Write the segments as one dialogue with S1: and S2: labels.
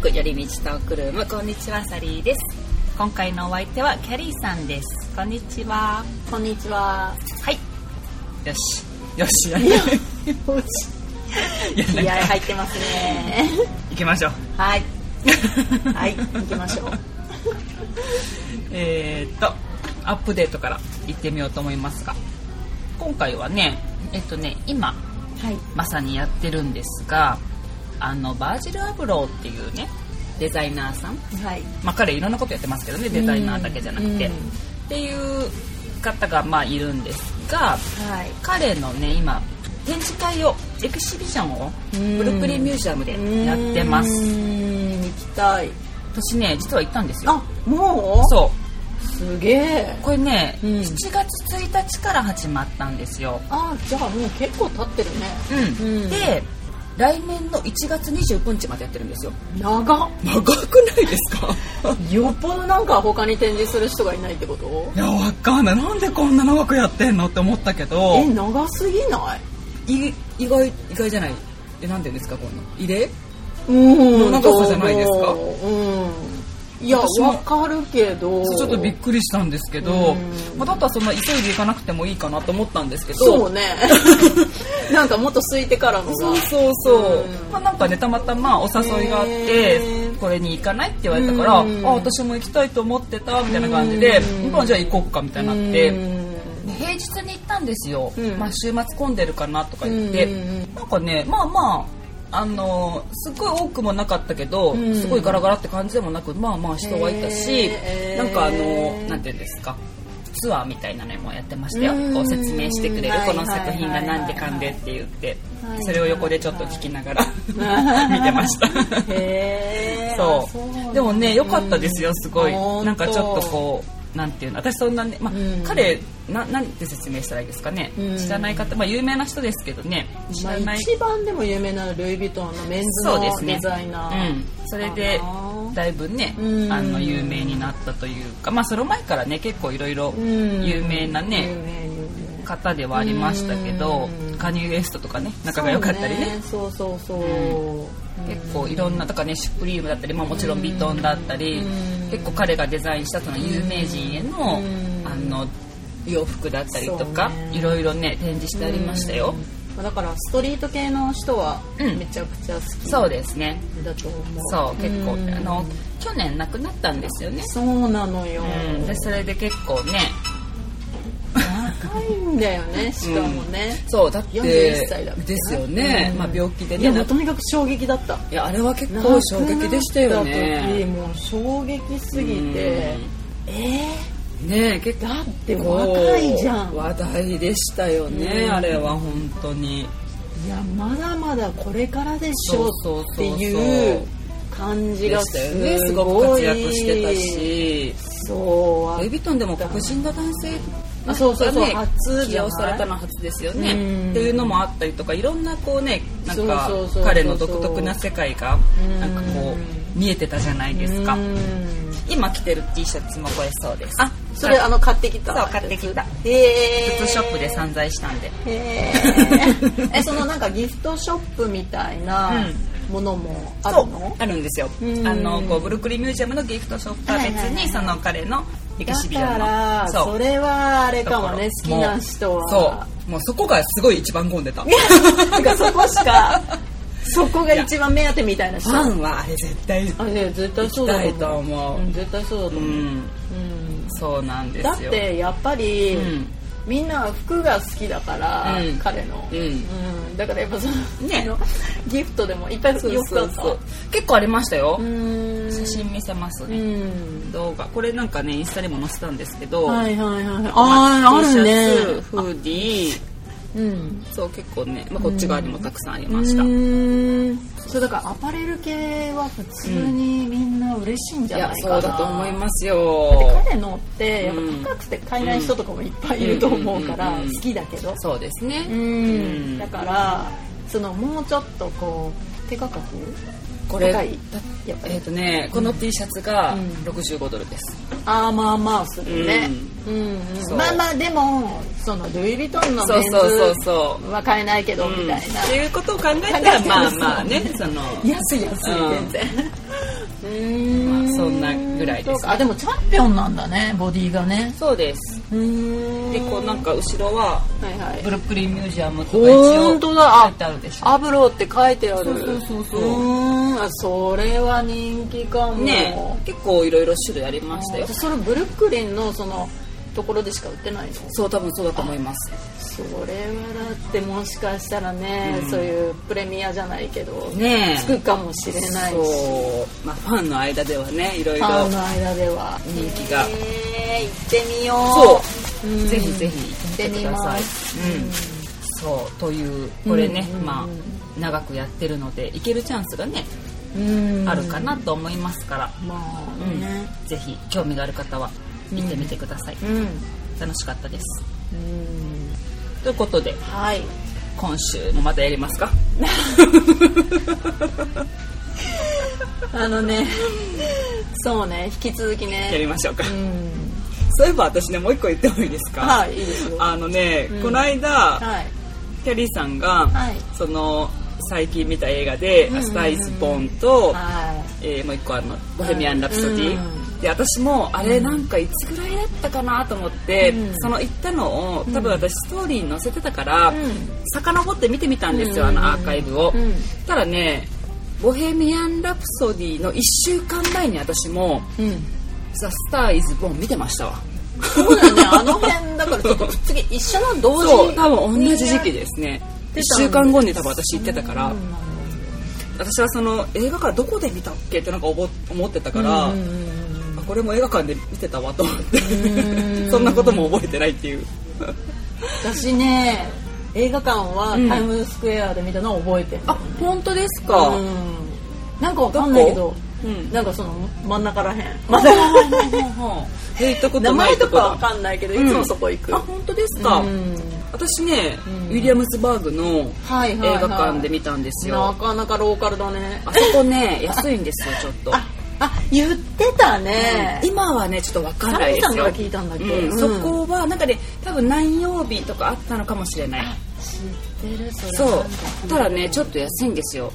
S1: ク寄り道トークルームこんにちはサリーです今回のお相手はキャリーさんですこんにちは
S2: こんにちは。
S1: はいよしよしいやなんか
S2: 気合入ってますね。
S1: 行きましょう
S2: はい。はい、行きましょう。
S1: えーっとアップデートから行ってみようと思いますが今回はねえっとね今
S2: はい。
S1: まさにやってるんですがあのバージル・アブローっていうねデザイナーさん、
S2: はい。
S1: まあ、彼いろんなことやってますけどねデザイナーだけじゃなくて、
S2: うんうん
S1: っていう方がまあいるんですが
S2: はい。
S1: 彼のね今展示会をエキシビションを
S2: うん
S1: ブルックリンミュージアムでやってます
S2: うーん行きたい。
S1: 私ね実は行ったんですよ
S2: あ、もう
S1: そう
S2: すげえ
S1: う。これね、
S2: うん
S1: 7月1日から始まったんですよ
S2: あ、じゃあもう結構経ってるね。
S1: うん、
S2: うん
S1: で来年の1月29日までやってるんですよ
S2: 長っ。
S1: 長くないですか
S2: よっぽどなんか他に展示する人がいないってこと
S1: いやわかんないなんでこんな長くやってんのって思ったけど
S2: え、長すぎない
S1: い意外意外じゃないえなんでですかこんな異例
S2: うん
S1: 長さじゃないですか
S2: うん。いや、
S1: 私も
S2: わかるけど。
S1: ちょっとびっくりしたんですけ
S2: う
S1: ど
S2: ん、
S1: まあ、だったらそんな急いで行かなくてもいいかなと思ったんですけど
S2: そうね。 なんかもっと空いてからのが。
S1: そうそうそう
S2: うん
S1: まあ、なんかねたまたまお誘いがあって
S2: へー
S1: これに行かないって言われたから、
S2: うん
S1: あ私も行きたいと思ってたみたいな感じで、
S2: うん
S1: まあ、じゃあ行こうかみたいになって、
S2: うん
S1: 平日に行ったんですよ、
S2: うん
S1: まあ、週末混んでるかなとか言って、
S2: うん
S1: なんかねまあまああのすっごい多くもなかったけど、
S2: うん
S1: すごいガラガラって感じでもなくまあまあ人はいたし、
S2: へー
S1: なんかあのなんていうんですかツアーみたいなのもやってましたよ、
S2: うん
S1: こう説明してくれる、
S2: はい
S1: この作品がなんでかんでって言って、
S2: はい
S1: それを横でちょっと聞きながら、
S2: はい
S1: 見てました
S2: へー
S1: そ
S2: あ
S1: う
S2: なんだ
S1: でもね良かったですよすごい、
S2: あ本当
S1: なんかちょっとこうなんていうの私そんなね、まあ
S2: うん
S1: 彼ななんて説明したらいいですかね、
S2: うん
S1: 知らない方、まあ、有名な人ですけどね知
S2: まあ
S1: らない、
S2: 一番でも有名なルイ・ヴィトンのメンズ
S1: そうで
S2: の
S1: すね
S2: デザイナー、
S1: うん、それで
S2: かな
S1: だいぶね、
S2: うん
S1: あの有名になったというか、まあ、その前からね結構いろいろ
S2: うん
S1: 有名なね、
S2: 有名有名
S1: 方ではありましたけど、
S2: うん
S1: カニューエストとかね仲が良かったりね
S2: そうそうそうそう、うん
S1: 結構いろんなだからねシュプリームだったり、まあ、もちろんビトンだったり、
S2: うん
S1: 結構彼がデザインしたその有名人への,、
S2: うん
S1: あの洋服だったりとか、
S2: そうね
S1: いろいろね展示してありましたよ、
S2: まあだからストリート系の人は
S1: うん
S2: めちゃくちゃ好き
S1: そうですね
S2: だと思う、
S1: そう結構、
S2: うん
S1: あの去年亡くなったんですよね、
S2: そうなのよ、
S1: うん、でそれで結構ね
S2: 高いんだよねしかもね、
S1: そうだって
S2: 41歳だもんね
S1: ですよね、
S2: うん
S1: まあ、病気で
S2: い
S1: ね
S2: や
S1: な
S2: もうん
S1: か
S2: とにかく衝撃だった
S1: いやあれは結構衝撃でしたよね
S2: 亡くなった時もう衝撃すぎて、
S1: うん
S2: えー
S1: ねえ結構
S2: だって若いじゃん
S1: 話題でしたよね、
S2: うん
S1: あれは本当に
S2: いやまだまだこれからでしょ
S1: そうそうそうそう
S2: っていう感じ
S1: で
S2: が
S1: したよ
S2: すごい
S1: ねすごく活躍してたし
S2: そう
S1: ルイ・ヴィトンでも黒人の男性
S2: あそうそうそう
S1: がね
S2: 初
S1: 起
S2: じゃな
S1: 用
S2: い
S1: されたのは初ですよね
S2: うん
S1: っていうのもあったりとかいろんなこうねなんか
S2: そうそうそうそう
S1: 彼の独特な世界が
S2: うん
S1: なんかこう見えてたじゃないですか
S2: うん
S1: 今着てる T シャツもこれそうです
S2: あそれあの買ってきた
S1: そう買ってきた
S2: へえ
S1: 靴ショップで散財したんで
S2: へ ーえそのなんかギフトショップみたいなものもあるの
S1: そうあるんですよ
S2: うん
S1: あのこうブルックリンミュージアムのギフトショップは別
S2: はいはいはい
S1: にその彼のエキ
S2: だ
S1: シビジョ
S2: か
S1: ン
S2: ら
S1: の
S2: そうれはあれかもね
S1: と
S2: 好き
S1: ころ
S2: な人は
S1: もうそうもうそこがすごい一番混んでた
S2: なんかそこしかそこが一番目当てみたいな人
S1: ファンはあれ絶対
S2: あね絶対そうだ
S1: 行きたいと思うん
S2: 絶対そうだと
S1: う
S2: 思う、
S1: ん
S2: うん
S1: そうなんです
S2: だ
S1: よ
S2: ってやっぱり、
S1: うん
S2: みんな服が好きだから、
S1: うん
S2: 彼の、
S1: うん
S2: んだからやっぱその,、
S1: ね
S2: あのギフトでもいっぱい
S1: そ
S2: 服
S1: う
S2: よく
S1: そ
S2: あ
S1: う
S2: った
S1: そう結構ありましたよ、
S2: うん
S1: 写真見せます
S2: う
S1: ね、
S2: ん
S1: 動画これなんかねインスタにも載せたんですけど、
S2: はいはいはい
S1: ま
S2: あーあ
S1: T シャツ
S2: るね
S1: フーディー
S2: うん
S1: そう結構ね、まあ、こっち側にもたくさんありました、
S2: う
S1: い
S2: んそうだからアパレル系は普通にみんな嬉しいんじゃ
S1: や
S2: ないかな、
S1: そうだと思います
S2: で
S1: よ
S2: 彼のってやっぱ高くて買えない人とかもいっぱいいると思うから
S1: うん
S2: 好きだけど
S1: そうですね
S2: うんだからそのもうちょっとこう手価格
S1: これ
S2: 高いやっぱり
S1: えっ、とねこの T シャツが
S2: うん
S1: 65ドルです、
S2: ああまあまあするね、うんうん
S1: そう
S2: まあまあでもそのルイ・ヴィトンの
S1: そ
S2: メ
S1: う
S2: ンズ
S1: そうそうそ
S2: は買えないけ
S1: う、
S2: どみ
S1: うん、
S2: た
S1: っ
S2: いな、
S1: ていうことを考えたら
S2: 考えた
S1: ま
S2: ら
S1: あ
S2: そう
S1: まあねその
S2: 安い安い
S1: うん
S2: 全然
S1: ま
S2: うー
S1: あ
S2: ん
S1: そんなぐらいですね
S2: そうかあでもチャンピオンなんだねボディがね
S1: そうです
S2: うーん
S1: でこうなんか後ろは
S2: はいはい
S1: ブルックリンミュージアムとか一応
S2: 本当だ
S1: 書いてあるでしょ
S2: アブロって書いてある
S1: そうそうそうそう
S2: ーんあそれは人気かも
S1: ね結構いろいろ種類ありましたよ
S2: あそれブルックリンのそのところでしか売ってないの
S1: そう多分そうだと思います
S2: それはだってもしかしたらね、
S1: うん
S2: そういうプレミアじゃないけど、
S1: ねえ
S2: つくかもしれないし
S1: そう、まあ、ファンの間ではねいろい
S2: フ
S1: ろ
S2: ァンの間では
S1: 人気が
S2: えー、行ってみよ
S1: そうう、
S2: うん
S1: ぜひぜひ行ってみてください
S2: 行ってみます
S1: うんそうというこれね、
S2: うんうんうん
S1: まあ長くやってるので行けるチャンスがね、
S2: うん
S1: あるかなと思いますから、
S2: まあ
S1: うん
S2: ね
S1: ぜひ興味がある方は行ってみてください、
S2: うん、
S1: 楽しかったです
S2: うん、
S1: ということで
S2: はい
S1: 今週もまたやりますか
S2: あのね、そうね、引き続き
S1: やり
S2: ね。
S1: ましょうか、
S2: うん。
S1: そういえば私ねもう一個言ってもいいですか、
S2: はい、いいですよ。は
S1: あのね、
S2: うん
S1: この間、
S2: い。
S1: キャリーさんが、
S2: はい
S1: その最近見た映画で「
S2: うんうんうん
S1: スタイズ・ボーン」と、
S2: は
S1: えーもう一個あの「ボヘミアン・ラプソディ」
S2: うん
S1: で私もあれなんかいつぐらいだったかなと思って、
S2: うん
S1: その行ったのを多分私ストーリーに載せてたから、
S2: い。うん。
S1: 遡って見てみたんですよ、
S2: うんうんう
S1: あ
S2: ん
S1: のアーカイブを、
S2: うん
S1: たらね「ボヘミアン・ラプソディ」の1週間前に私も
S2: うん。
S1: 「ザ・スター・イズ・ボーン」見てましたわ
S2: そうだよね、あの辺だから、ちょっと次一緒の同時
S1: そう多分同じ時期
S2: で。
S1: ですね
S2: 出たん
S1: 1週間後に多分私行ってたから、
S2: うん
S1: 私はその映画館どこで見たっけってなんか思思ってたから、
S2: うんうん
S1: あこれも映画館で見てたわと思って
S2: うん
S1: そんなことも覚えてないっていう
S2: 私ね、映画館はタイムズスクエアで見たのを覚えてる。
S1: 本当です
S2: うん。なんかわかんないけど、
S1: う
S2: なんかその真ん中らへん。 真ん中らへん。
S1: 行ったこと
S2: 名
S1: ない
S2: 前
S1: と
S2: と
S1: こ
S2: か
S1: だ
S2: わかんないけど、
S1: うん
S2: いつもそこ行 く。
S1: あ本当ですか、
S2: うん
S1: 私ね、
S2: うん
S1: ウィリアムズバーグの映
S2: はいはいは
S1: 画
S2: い、
S1: 館で見たんですよ、
S2: なかなかローカルだね
S1: あそこね安いんですよちょっと、
S2: ああ言ってたね、
S1: うん今はねちょっと分かんないです
S2: サミさんか
S1: よ
S2: ら聞いたんだっけ
S1: う、
S2: うんん
S1: そこはなんかね多分何曜日とかあったのかもしれない
S2: 知ってるそれ
S1: そうただねち
S2: ょっ
S1: ょっと安いんですよ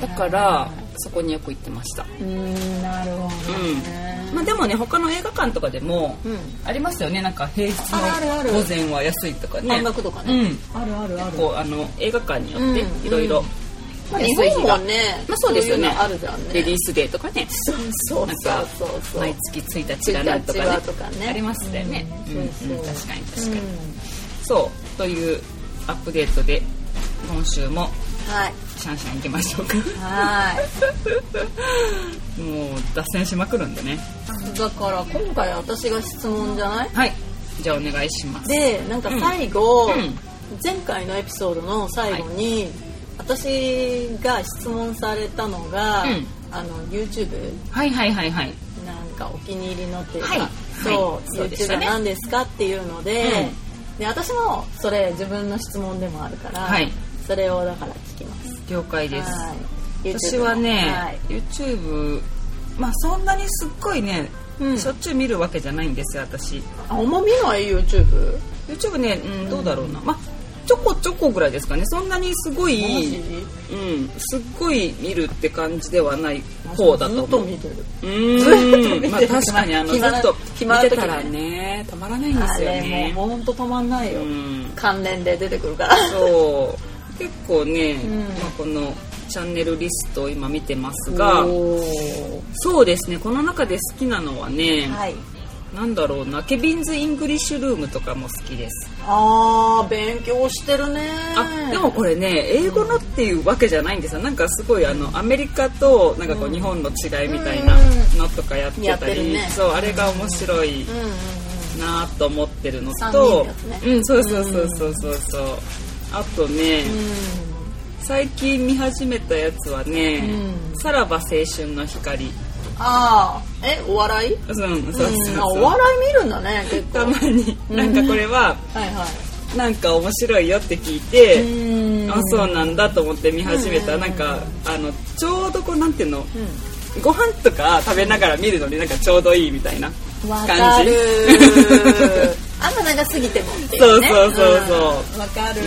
S1: だからそこによく行ってました、
S2: うーんなるほどね、
S1: まあ、でもね他の映画館とかでも
S2: うん
S1: ありますよねなんか平日
S2: あるあるある
S1: の午前は安いとかね
S2: 半額とかね、
S1: うん
S2: あるあるある
S1: こうあの映画館によっ
S2: う
S1: て
S2: ん
S1: いろいろ
S2: まあ日本はね、
S1: まあそうですよね
S2: そういうのあるじゃんね
S1: レディースデーとかね
S2: そうそうそうそうそう
S1: 毎月1日がなんと
S2: 1日
S1: か
S2: は
S1: ね
S2: とかね
S1: ありますよね、う
S2: うんん
S1: うん
S2: そうそう
S1: 確かに確
S2: う
S1: かに、
S2: ん
S1: そうというアップデートで今週も
S2: はい
S1: シャンシャン行きましょうか
S2: はい
S1: もう脱線しまくるんでね
S2: だから今回私が質問じゃない
S1: はいじゃあお願いします
S2: でなんか最後、
S1: うんうん
S2: 前回のエピソードの最後に、私が質問されたのが、
S1: うん
S2: あの YouTube
S1: はいはいはいはい
S2: なんかお気に入りのっていうか、
S1: はいはい
S2: そう、
S1: そうでした
S2: YouTuber
S1: ね
S2: 何ですかっていうので,、で私もそれ自分の質問でもあるから、
S1: はい
S2: それをだから聞きます。
S1: 了解です
S2: はい
S1: 私
S2: YouTube
S1: はね、
S2: はい、
S1: YouTube まあそんなにすっごいね、
S2: うん
S1: しょっちゅう見るわけじゃないんですよ私
S2: あんま見ない YouTube?
S1: YouTube ね、うん、どうだろうな、まあちょこちょこぐらいですかねそんなにすご
S2: マ
S1: い、
S2: ジ
S1: うん、すっごい見るって感じではない方だと
S2: ずっと
S1: 思う
S2: 見てる
S1: う
S2: ずっと見
S1: ー
S2: て
S1: ん、
S2: る
S1: まあ、確かにあのず
S2: 暇な
S1: っと
S2: 暇な
S1: 見
S2: 時
S1: てたらねたまらないんで
S2: あ
S1: すよ
S2: れ
S1: ね
S2: もうほんと止まんないよ、
S1: うん
S2: 関連で出てくる から
S1: そう結構ね、
S2: ん
S1: まあ、このチャンネルリストを今見てますが
S2: お
S1: そうですねこの中で好きなのはね、
S2: ーはい
S1: なんだろうなケビンズ・イングリッシュルームとかも好きです
S2: あー勉強してるね
S1: あでもこれね英語のっていうわけじゃないんですよなんかすごいあのアメリカとなんかこう日本の違いみたいなのとかやって
S2: やったて
S1: り、
S2: るね
S1: そうあれが面白い
S2: うんうんうん
S1: なぁと思ってるの
S2: 三人の
S1: と
S2: やつね
S1: うんそうそうそうそうそうそうあとね、最近見始めたやつはね「
S2: う
S1: さらば青春の光」
S2: ああえお笑い
S1: うんそうそうそう、
S2: んあお笑い見るんだね結構
S1: たまになんかこれは
S2: はいはい
S1: なんか面白いよって聞いて、
S2: んうん
S1: あそうなんだと思って見始めたらなんかあのちょうどこうなんていうのご飯とか食べながら見るのになんかちょうどいいみたいな
S2: わか
S1: 感
S2: る
S1: じ。
S2: あんま長すぎてもっていね
S1: そうそうそうそ
S2: んわかる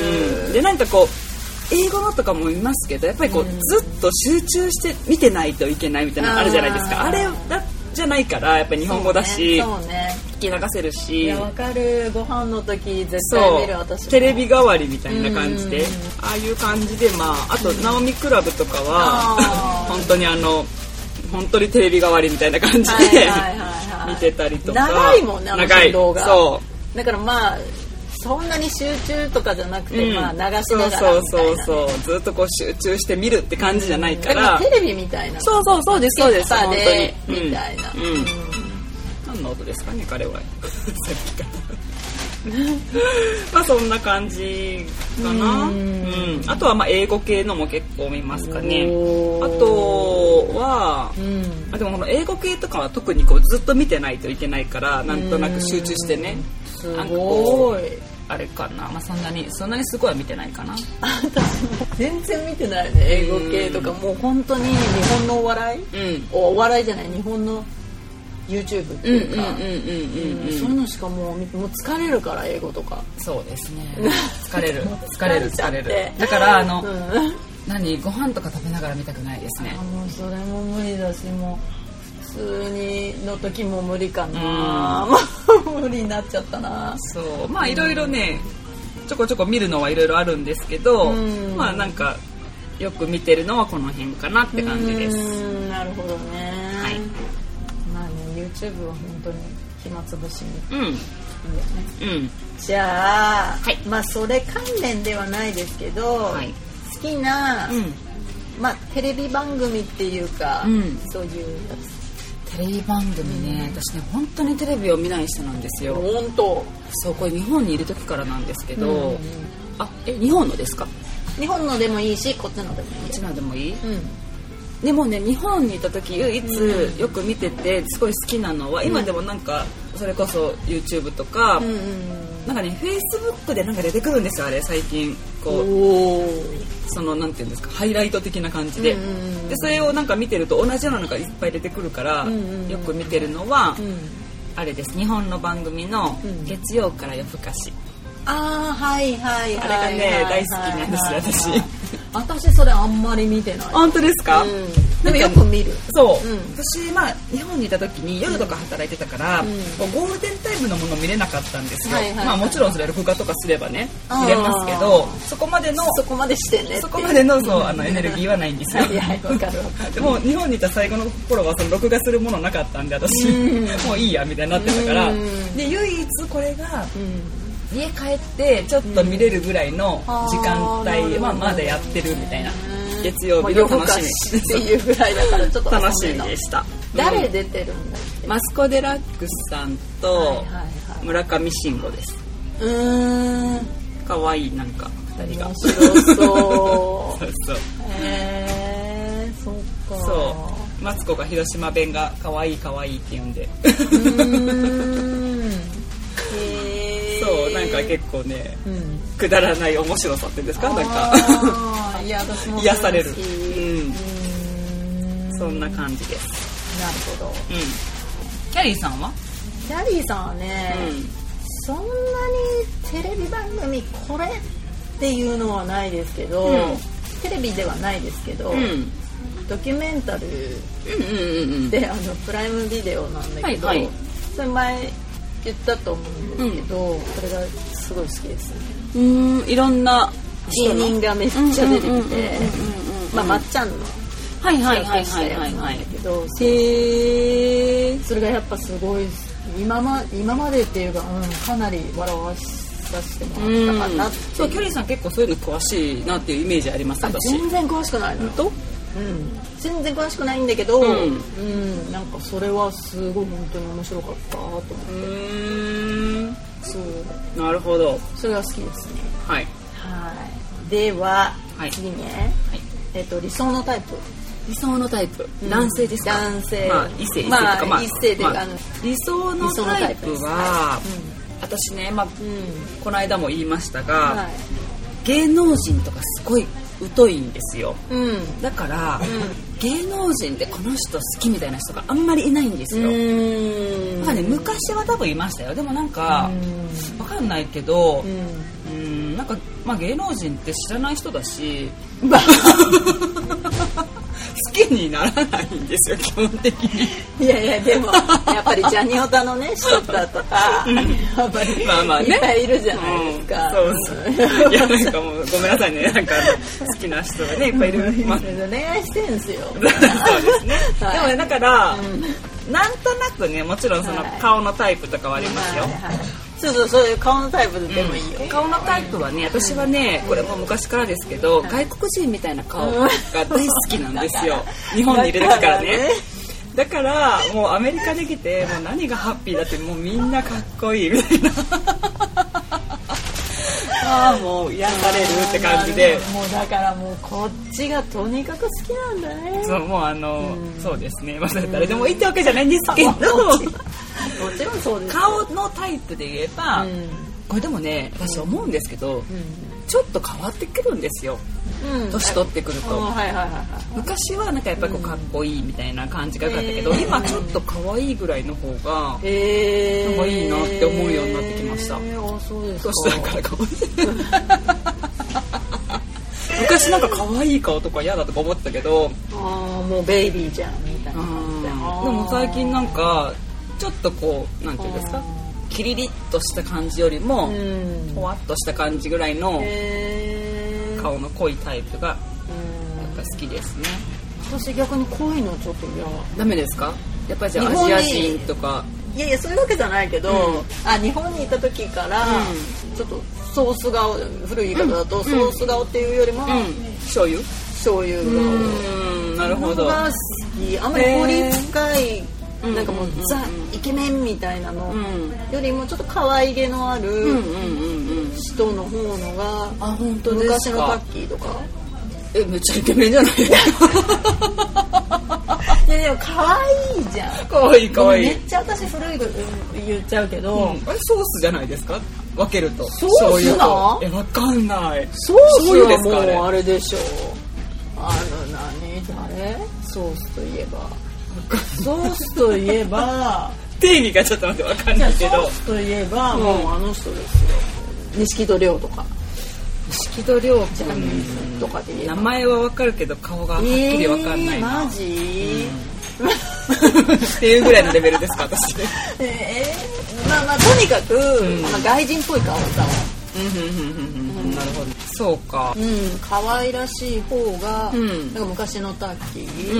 S1: うんでなんかこう英語のとかも見ますけどやっぱりこう、
S2: うん
S1: ずっと集中して見てないといけないみたいなのあるじゃないですか
S2: あー
S1: あれだじゃないからやっぱり日本語だし、
S2: そうねそうね
S1: 聞き流せる
S2: い
S1: し
S2: やわかるご飯の時絶対
S1: そ
S2: 見る私
S1: う
S2: も
S1: テレビ代わりみたいな感じで、
S2: うん
S1: ああいう感じでまああと「ナオミクラブ」とかは
S2: あー
S1: 本当にあの本当にテレビ代わりみたいな感じ
S2: はい
S1: で、
S2: はいはいはい
S1: 見てたりとか
S2: 長いもんねあの
S1: 長い
S2: 動画
S1: そう
S2: だからまあそんなに集中とかじゃなくて、
S1: うん
S2: まあ流しながらみたいな、ね、
S1: そうそうそうそうずっとこう集中して見るって感じじゃないか
S2: だから
S1: ら、
S2: テレビみたいな
S1: そうそうそうですそうです
S2: さ
S1: 本
S2: で
S1: 当に
S2: みたいな、
S1: うんうん何の音ですかね彼は さっきからまあそんな感じかなう
S2: う
S1: んん、あとはまあ英語系のも結構見ますかね
S2: お
S1: あ
S2: ー
S1: とは
S2: うん
S1: あでもこの英語系とかは特にこうずっと見てないといけないからなんとなく集中してね
S2: す
S1: なんかこ
S2: ご
S1: う
S2: い
S1: あれかな、まあ、そんなにそんなにすごいは見てないかな
S2: 全然見てないね英語系とかもう本当に日本のお笑い
S1: うん
S2: おお笑いじゃない日本の YouTube って
S1: うんうん
S2: いううんか、
S1: うん
S2: うん
S1: うん
S2: そううんいうのしかもう見てもう疲れるから英語とか
S1: そうですね 疲れる疲れる疲れ
S2: 疲れちゃっ
S1: る
S2: て
S1: だからあの、
S2: うん
S1: 何ご飯とか食べながら見たくないですね
S2: あもうそれも無理だしもう普通にの時も無理かな、もう無理になっちゃったな
S1: そうまあいろいろねちょこちょこ見るのはいろいろあるんですけど、
S2: うん
S1: まあなんかよく見てるのはこの辺かなって感じです、
S2: うーんなるほどね、
S1: はい
S2: まあね YouTube は本当に暇つぶしにい
S1: うんうん
S2: いよねじゃあ、
S1: はい
S2: まあそれ関連ではないですけど、
S1: はい
S2: 好きな、
S1: うん
S2: まあテレビ番組っていうか、
S1: うん
S2: そういうや
S1: テレビ番組ね私ね本当にテレビを見ない人なんです
S2: つ
S1: よ
S2: 本当
S1: そうこれ日本にいる時からなんですけど、
S2: うん
S1: あえ日本のですかこ
S2: 日本のでもいいしこっちのでもい
S1: っ
S2: い
S1: ちのでもいい
S2: うん
S1: でもね日本にいた時唯
S2: う
S1: 一よく見ててすごい好きなのは、今でもなんかそれこそ YouTube とか、
S2: うんうん
S1: なんかね Facebook でなんか出てくるんですよあれ最近こう、
S2: おお
S1: そのなんていうんですかハイライト的な感じで,、
S2: うんうんうん
S1: でそれをなんか見てると同じようなのがいっぱい出てくるから、
S2: うんうんうん
S1: よく見てるのは、
S2: うん
S1: あれです日本の番組の
S2: うん
S1: 月曜から夜更かし、
S2: ああはいはいはい
S1: あれがね
S2: はいはい
S1: 大好きなんです
S2: はいはい
S1: 私
S2: はい私それあんまり見てない
S1: 本当ですか、
S2: うんでもよく見る
S1: そう、
S2: うん
S1: 私、まあ、日本にいた時に夜とか働いてたから、
S2: うん
S1: こうゴールデンタイムのもの見れなかったんですよ、
S2: はいはいはい
S1: まあ、もちろんそれ録画とかすればね
S2: あー
S1: 見れますけどそこまでの
S2: そこまでしてね
S1: そこまでのそうあの
S2: うん
S1: エネルギーはないんですよ
S2: はいはいわかるわかる
S1: でも日本にいた最後の頃はその録画するものなかったんで私、
S2: うん
S1: もういいやみたいになってたから、
S2: うん
S1: で唯一これが
S2: うん
S1: 家帰ってちょっと見れるぐらいの時間
S2: あーなるほ
S1: 帯
S2: ど
S1: はまだやってるみたいな
S2: うん
S1: 月曜日
S2: も
S1: の
S2: う夜更
S1: 楽し
S2: か し
S1: み
S2: っていうぐらいだからちょっと
S1: 楽し
S2: 遅
S1: み
S2: めの
S1: でした
S2: 誰
S1: うん
S2: 出てるんだっけ
S1: マスコ・デラックスさん
S2: はい
S1: と
S2: はいはい
S1: 村上信五です
S2: うーん
S1: かわいいなんか2人が
S2: 面白そ
S1: そうそう
S2: うへえそっか
S1: そうマツコが広島弁がかわいいかわいいって言うんで
S2: うーんへ ー
S1: そうなんか結構ね
S2: うん
S1: くだらない面白さっていうんですかなんか
S2: あーいや私も
S1: 癒される
S2: 好き
S1: うん
S2: ーん
S1: そんな感じです
S2: なるほ
S1: う
S2: ど
S1: んキャリーさんは
S2: キャリーさんはね、
S1: う
S2: そんなにテレビ番組これっていうのはないですけど、
S1: うん
S2: テレビではないですけど、
S1: んうん
S2: ドキュメンタル
S1: うんうんうん
S2: であのプライムビデオなんだけど、
S1: はいはい
S2: それ前言ったと思うんですけど、それがすごい好きです
S1: うんいろんな
S2: 芸人がめっちゃ出てきてまあまっちゃんの
S1: はいはいはい
S2: 企画し
S1: は
S2: た
S1: い
S2: やつ
S1: はいは
S2: ないんだけど、
S1: へー
S2: それがやっぱすごい今ま今までっていうか、うん、かなり笑わさせてもらったかなっていう
S1: そうキャリーさん結構そういうの詳しいなっていうイメージあります
S2: あ
S1: 私
S2: 全然詳しくないのよ、
S1: と
S2: うん、全然詳しくないんだけど、う
S1: うん
S2: んなんかそれはすごい本当に面白かったと思って
S1: うん
S2: そう
S1: なるほど
S2: それが好きですね
S1: はい
S2: はいでは、
S1: はい
S2: 次ね、
S1: はい
S2: えっと理想のタイプ
S1: 理想のタイプ、
S2: うん
S1: 男性ですか
S2: 男性
S1: まあ異性異性と
S2: まあ
S1: か、まあ、
S2: 異性で
S1: まあ
S2: あの
S1: 理想の
S2: 理想のタ
S1: タ
S2: イ
S1: イ
S2: プ
S1: プ
S2: です
S1: は
S2: は
S1: 私ね、まあ、
S2: うん、うん
S1: この間も言いましたが、
S2: はい
S1: 芸能人とかすごい疎いんですよ
S2: うんうん
S1: だから、芸能人でこの人好きみたいな人があんまりいないんですよ、
S2: うん
S1: だからね昔は多分いましたよでもなんか
S2: う、
S1: わかんないけど、う
S2: ん
S1: んなんか、まあ、芸能人って知らない人だし
S2: うんまあ
S1: 好きにならないんですよ基本的に
S2: いやいやでもやっぱりジャニオタの ね人だとかやっぱり
S1: まあまあね
S2: いっぱいいるじゃないですか
S1: うんそうそういやなんかもうごめんなさいねなんかあの好きな人がねいっぱいいる、まあ、
S2: いろいろ恋愛してんすよ
S1: そうですね、
S2: はい
S1: でもねだから、
S2: ん
S1: なんとなくねもちろんその
S2: はい
S1: 顔のタイプとかはありますよ、
S2: はいはいそうそうそういう顔のタイプでもいいよ、
S1: 顔のタイプはね私はねこれも昔からですけど、外国人みたいな顔が大好きなんです よ日本にいる時からねだからもうアメリカできてもう何がハッピーだってもうみんなかっこいいみた いなああもう癒されるって感じで
S2: もうだからもうこっちがとにかく好きなんだね
S1: そうもうあのそうですねまあ誰でもいいってわけじゃないんですけど
S2: もちろんそうですよ
S1: 顔のタイプで言えば、
S2: うん
S1: これでもね私思うんですけど、ちょっと変わってくるんですよ
S2: うんうん
S1: 年取ってくると。
S2: はいはいはいはい
S1: 昔はなんかやっぱりこうかっこいいみたいな感じが良かったけど、
S2: うん
S1: 今ちょっと可愛いぐらいの方が
S2: えー、
S1: なんかいいなって思うようになってきました
S2: えー、あそうですか
S1: 年だから可愛い昔なんか可愛い顔とか嫌だとか思ってたけど
S2: ああもうベイビーじゃんみたいな
S1: で
S2: 感じで
S1: も最近なんかちょっとこうなんていうんですかキリリッとした感じよりも
S2: うん
S1: ほわっとした感じぐらいの
S2: えー、
S1: 顔の濃いタイプが
S2: うん
S1: やっぱ好きですね
S2: 私逆にこういうのちょっと嫌
S1: ダメですかやっぱりじゃあ
S2: 日
S1: ア
S2: 本
S1: ジ
S2: に
S1: ア人とか
S2: いやいやそういうわけじゃないけど、
S1: う
S2: あ日本にいた時から、
S1: う
S2: ちょっとソース顔古い言い方だと、ソース顔っていうよりも、
S1: うん醤油
S2: 醤油
S1: う
S2: 顔
S1: ーんなるほど
S2: が好きあんまり彫り深い、
S1: ー
S2: なんかもう、
S1: うんうんうん
S2: ザイケメンみたいなの、
S1: うん
S2: よりもちょっと可愛げのあ
S1: うんう
S2: る
S1: んうんうん
S2: 人の方のが、
S1: あ本当で
S2: 昔
S1: す
S2: のパ
S1: か
S2: ッキーとか
S1: えめっちゃイケメンじゃ ない
S2: いやでも可愛いじゃん
S1: かわいいかわいい、
S2: めっちゃ私古いこと言っちゃうけど、
S1: うん、あれソースじゃないですか分けると
S2: ソースな
S1: 醤油とえわかんない
S2: ソース
S1: 醤油で
S2: は
S1: す
S2: もう
S1: かあれ
S2: あれでしょうあの何誰ソースといえばソースといえ ば
S1: 定義がちょっと待ってわかん
S2: じ
S1: な
S2: ゃあ
S1: いけ
S2: ソ
S1: ど
S2: ースといえばもうあの人ですよ錦戸亮とか
S1: 錦戸亮
S2: ジャニーズとかで言えば
S1: 名、前はわかるけど顔がはっきりわかん ない
S2: えー
S1: な、
S2: マジ、
S1: っていうぐらいのレベルですか私
S2: えーまあまあとにかく、まあ、外人っぽい顔だわ
S1: うんうんうんうんうんなるほどそうか
S2: うん可愛らしい方が、
S1: うん
S2: なんか昔のタッキー、
S1: うん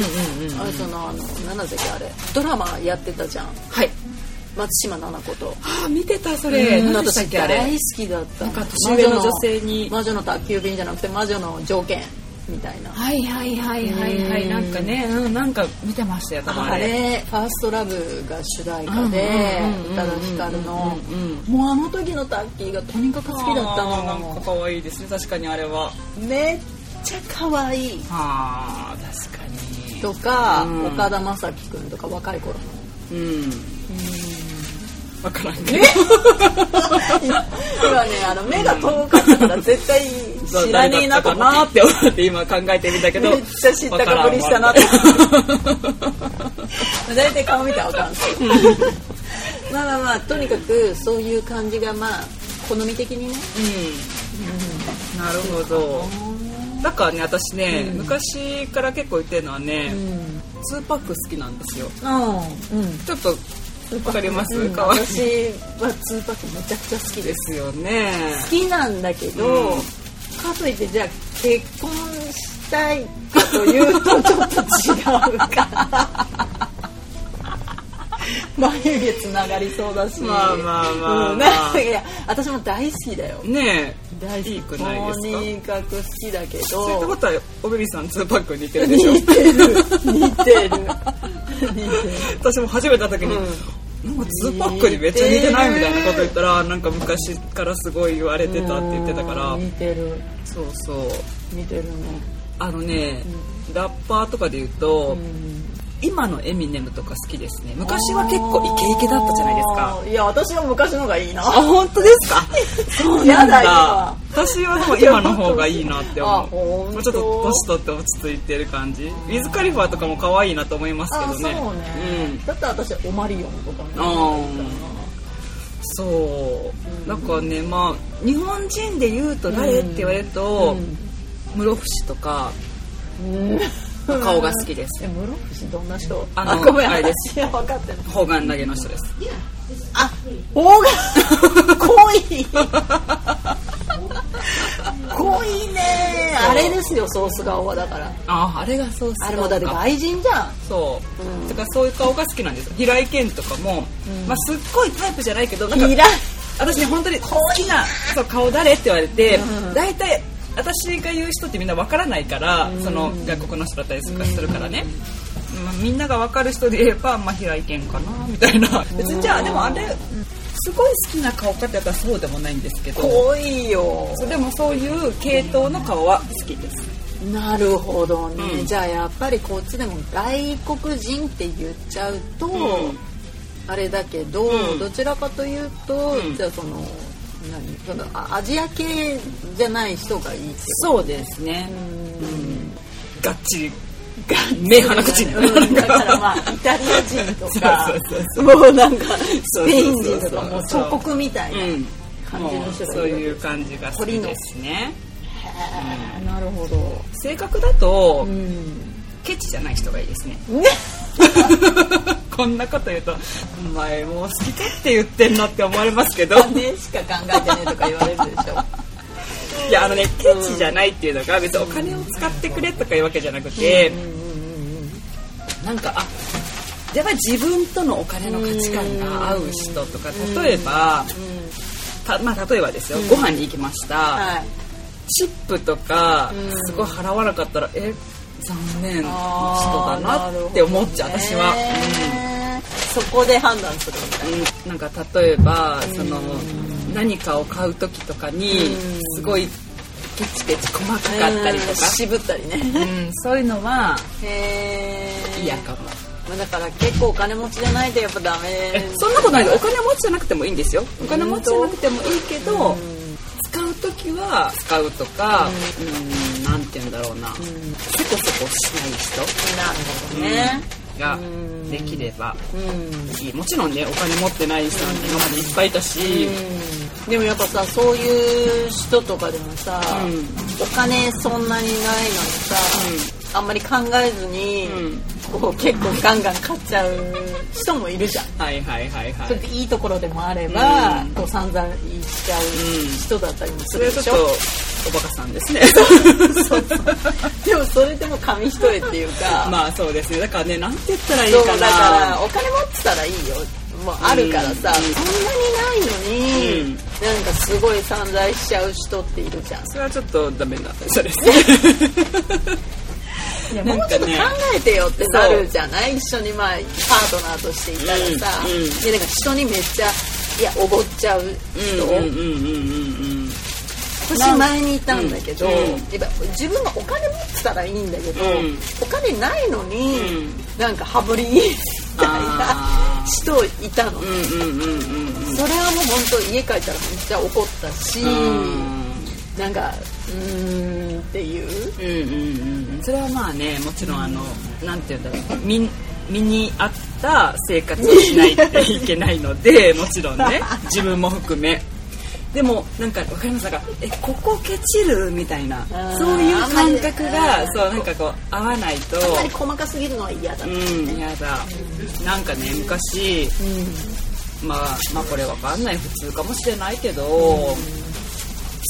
S1: うんうん
S2: あれそのあの何だっけあれドラマやってたじゃん
S1: はい
S2: 松島菜々子と
S1: あ見てたそれ何でしたっ
S2: 私
S1: けあ
S2: 大
S1: れ
S2: 好きだった
S1: なんか年上の女性に
S2: 魔女の魔女の宅急便じゃなくて魔女の条件みたいな
S1: はいはいはいはいはいなんかねうんなんか見てましたよ多分
S2: あれ「ファーストラブが主題歌で
S1: うんうんうんうん
S2: 宇多田ヒカルの
S1: うんうん
S2: もうあの時のタッキーがとにかく好きだった
S1: あーなんか
S2: の
S1: 可愛いですね確かにあれは
S2: めっちゃ可愛い
S1: あー確かに
S2: とか、
S1: うん
S2: 岡田将生くんとか若い頃の
S1: うん分からんけど
S2: 今ねあの目が遠かったから絶対知らねえなと思
S1: 誰だったかな
S2: っ
S1: って思って今考えてみたけ
S2: て
S1: ど
S2: めっちゃ知ったかぶりしたな
S1: わ
S2: と
S1: か
S2: 思
S1: らんわ
S2: って 大体顔見たらわかんない まあまあまあとにかくそういう感じがまあ好み的にね
S1: うんなるほどだからね私ね、昔から結構言ってるのはね、
S2: うん
S1: ツーパック好きなんですよ
S2: うん
S1: ちょっとわかります、
S2: うん
S1: かわいい
S2: 私はツーパックめちゃくちゃ好きで
S1: ですすよね
S2: 好きなんだけど、
S1: うん
S2: かといってじゃあ結婚したいかというとちょっと違うから 眉毛つながりそうだし
S1: まあまあまあ
S2: うんなんかいや私も大好きだよ
S1: ね
S2: 大
S1: いいくないですか
S2: とにかく好きだけ
S1: えそういったこ
S2: ど
S1: とはおべりさんツーパック似てるでしょ
S2: 似てる似てる似てる
S1: 私も初めて会った時に、なんかツーパックにめっちゃ似てないみたいなこと言ったら、なんか昔からすごい言われてたって言ってたから、
S2: うん似てる
S1: そうそう
S2: 似てるね
S1: あのね、ラッパーとかで言うと、
S2: うん
S1: 今のエミネムとか好きですね昔は結構イケイケだったじゃないですか
S2: あーいや私は昔のがいいな
S1: あ本当ですかそうな
S2: や
S1: ん
S2: だ
S1: だ
S2: 今
S1: 私はでも今の方がいいなって
S2: あ
S1: 思う
S2: 本
S1: もうちょ
S2: 当
S1: っと年取って落ち着いてる感じウィズ・カリファーとかも可愛いなと思いますけ
S2: あ
S1: ど
S2: そう
S1: ね
S2: ね、だったら私オマリオンとかね
S1: うん、そう
S2: うん
S1: なんかねまあ日本人で言うと誰って言われると室伏とか
S2: うん
S1: 顔が好きです
S2: え室伏どんな人
S1: あの
S2: ごめん
S1: あれです
S2: いや分かってる
S1: 砲丸投げの人 です
S2: あ大が濃い濃いねあれですよソース顔はだから
S1: あああれがそうっすか
S2: あれもだって外人じゃん
S1: そう、
S2: うん
S1: だからそういう顔が好きなんです平井堅とかも、
S2: うん
S1: まあ、すっごいタイプじゃないけどなんか
S2: 嫌い
S1: 私ね本当に好きなそう顔誰って言われて、
S2: うん
S1: 大体私が言う人ってみんなわからないから、
S2: うん
S1: その外国の人だったりとかするからね、まあ、みんながわかる人で言えば、まあ、平井堅かなみたいな別にじゃあでもあれすごい好きな顔かってやったらそうでもないんですけど
S2: 濃いよ
S1: そうでもそういう系統の顔は好きです
S2: なるほどね、
S1: うん
S2: じゃあやっぱりこっちでも外国人って言っちゃうと、
S1: ん
S2: あれだけど、
S1: うん
S2: どちらかというと、
S1: うん
S2: じゃあその何そのあアジア系じゃない人がいいって
S1: そうですね
S2: う
S1: がっちり目鼻口に
S2: うんだから まあイタリア人とか
S1: そうそう
S2: もうなんかスペイン人とか
S1: そうそう
S2: もう
S1: そう
S2: 祖国みたいな
S1: うん
S2: 感じの人
S1: そう
S2: がいる
S1: いう感じが好きですね
S2: へーなるほど、
S1: 性格だと、
S2: うん
S1: ケチじゃない人がいいですね
S2: ね
S1: こんなこと言うと「お前もう好き勝手言ってんな」って思われますけど
S2: 金しか考えてねえとか言われるでしょ
S1: いやあのねケチじゃないっていうのが別にお金を使ってくれとかいうわけじゃなくて、なんかあやっぱり自分とのお金の価値観が合う人とか例えば、たまあ、例えばですよ、ご飯に行きました、
S2: はい
S1: チップとか
S2: うん
S1: すごい払わなかったらえ残念な人
S2: あ
S1: だ
S2: ー
S1: なって思っちゃう、
S2: なる
S1: 私
S2: ほど
S1: は、
S2: ねそこで判断するみたい
S1: うん、なんか例えばその何かを買う時とかに
S2: うん
S1: すごいケチケチ細かかったりとか
S2: うん、渋ったり
S1: う
S2: ね
S1: ん、そういうのは
S2: へえ
S1: 嫌かも
S2: まあだから結構お金持ちじゃないとやっぱダメ
S1: えそんなことないでお金持ちじゃなくてもいいんですよお金持ちじゃなくてもいいけど使う時は使うとかうんなんて言うんだろうな
S2: うん
S1: せこせこしない人
S2: なるほどね
S1: が
S2: うん
S1: できれば
S2: うん
S1: いいもちろんねお金持ってない人なんて今までいっぱいいたし、
S2: でもやっぱさそういう人とかでもさ、
S1: うん
S2: お金そんなにないのにさ、あんまり考えずに、こう結構ガンガン買っちゃう人もいるじゃん
S1: はいはいはいは
S2: それ
S1: い
S2: でいいところでもあれば、
S1: うん
S2: こう散々言っちゃう人だったりもす
S1: それ
S2: る
S1: は
S2: で
S1: ち
S2: し
S1: ょっと
S2: ょ、
S1: おバカさんですね
S2: そうそうでもそれでも紙一重っていう か、
S1: まあそうですねだからねなんて言ったらいい
S2: そう
S1: か
S2: だか
S1: な
S2: らお金持ってたらいいよもうあるからさ、
S1: うん
S2: そんなにないのに、
S1: うん
S2: なんかすごい散財しちゃう人っているじゃん
S1: それはちょっとダメな人ですね
S2: もうちょっと考えてよってなるじゃない一緒にまあパートナーとしていたら
S1: う
S2: さ、
S1: んうん
S2: でなんか人にめっちゃいやおごっちゃう人、
S1: うんうんうんうんうん
S2: 私前にいたんだけど、
S1: うんうん
S2: やっぱ自分がお金持ってたらいいんだけど、
S1: うん
S2: お金ないのに、
S1: うん
S2: なんか羽振りいいみたい
S1: あ
S2: な人いたの、
S1: うんうんうんうんうん
S2: それはもう本当家帰ったらめっちゃ怒ったし、なんかうーんっていう
S1: うんうんうんそれはまあねもちろんあの、なんて言うんだろう身身に合った生活をしないといけないの でもちろんね自分も含めでもなんかわかりますなんかえここケチるみたいな
S2: ー
S1: そういう感覚
S2: あんまり
S1: が
S2: ね
S1: そうなんかこう合わないと
S2: あんまり細かすぎるのは嫌だ、
S1: うんやだなんかね昔まあまあこれわかんない普通かもしれないけど、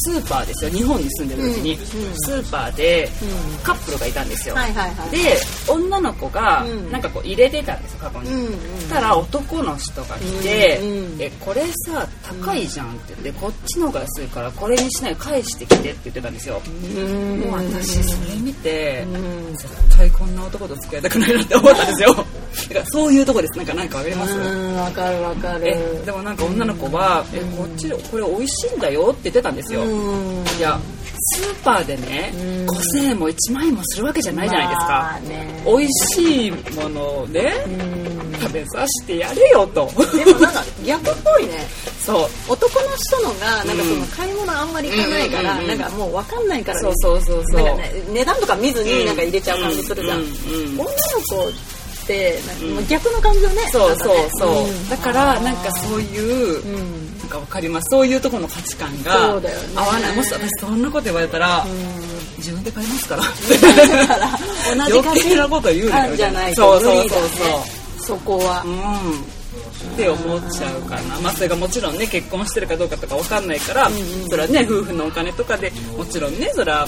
S1: スーパーですよ日本に住んでる時に、
S2: うんうん
S1: スーパーで
S2: うん
S1: カップルがいたんですよ、
S2: はいはいはい
S1: で女の子が
S2: うん
S1: なんかこう入れてたんですよカゴに、
S2: うんうん
S1: そしたら男の人が来て「
S2: うんうん
S1: えこれさ高いじゃん」って言って「こっちの方が安いからこれにしない返してきて」って言ってたんですよ、
S2: うん
S1: もう私それ見て、
S2: うん
S1: 絶対こんな男と付き合いたくないなって思ったん ですよだからそういうとこですなんか何かわかります、
S2: うんわかるわかる
S1: えでもなんか女の子は「えこっちこれ美味しいんだよ」って言ってたんですよ、
S2: うん
S1: いやスーパーでね、
S2: うん
S1: 5000円も1万円もするわけじゃないじゃないです
S2: ま
S1: か
S2: あ、ね
S1: 美味しいものをね
S2: うん
S1: 食べさせてやれよと
S2: でもなんか 逆っぽいね
S1: そう
S2: 男の人のがなんかそ
S1: うん
S2: の買い物あんまり行かないから、
S1: うんうんうんう
S2: なんんかもう分かんないから
S1: そうそうそうそう
S2: なんかね、値段とか見ず
S1: うん
S2: になんか入れちゃう感じするじゃん、
S1: うんうんうん
S2: 女の子ってなんかもう逆の感じよね、
S1: そう
S2: なんか
S1: そ
S2: ね
S1: うそう、
S2: ん
S1: だからなんかそういう、
S2: うん
S1: なんかわかりますそういうところの価値観が合
S2: そ
S1: わ
S2: うだよね
S1: ない、もし私そんなこと言われたら、自分で買います から
S2: 同じ価
S1: 余計
S2: 値
S1: なこと言うなよ
S2: 観じゃない
S1: そうそ
S2: と無
S1: うそう
S2: 理だ
S1: そう
S2: ねそこは
S1: うんって思っちゃうかな、まあ、それがもちろんね結婚してるかどうかとかわかんないから、それはね夫婦のお金とかでもちろんねそれは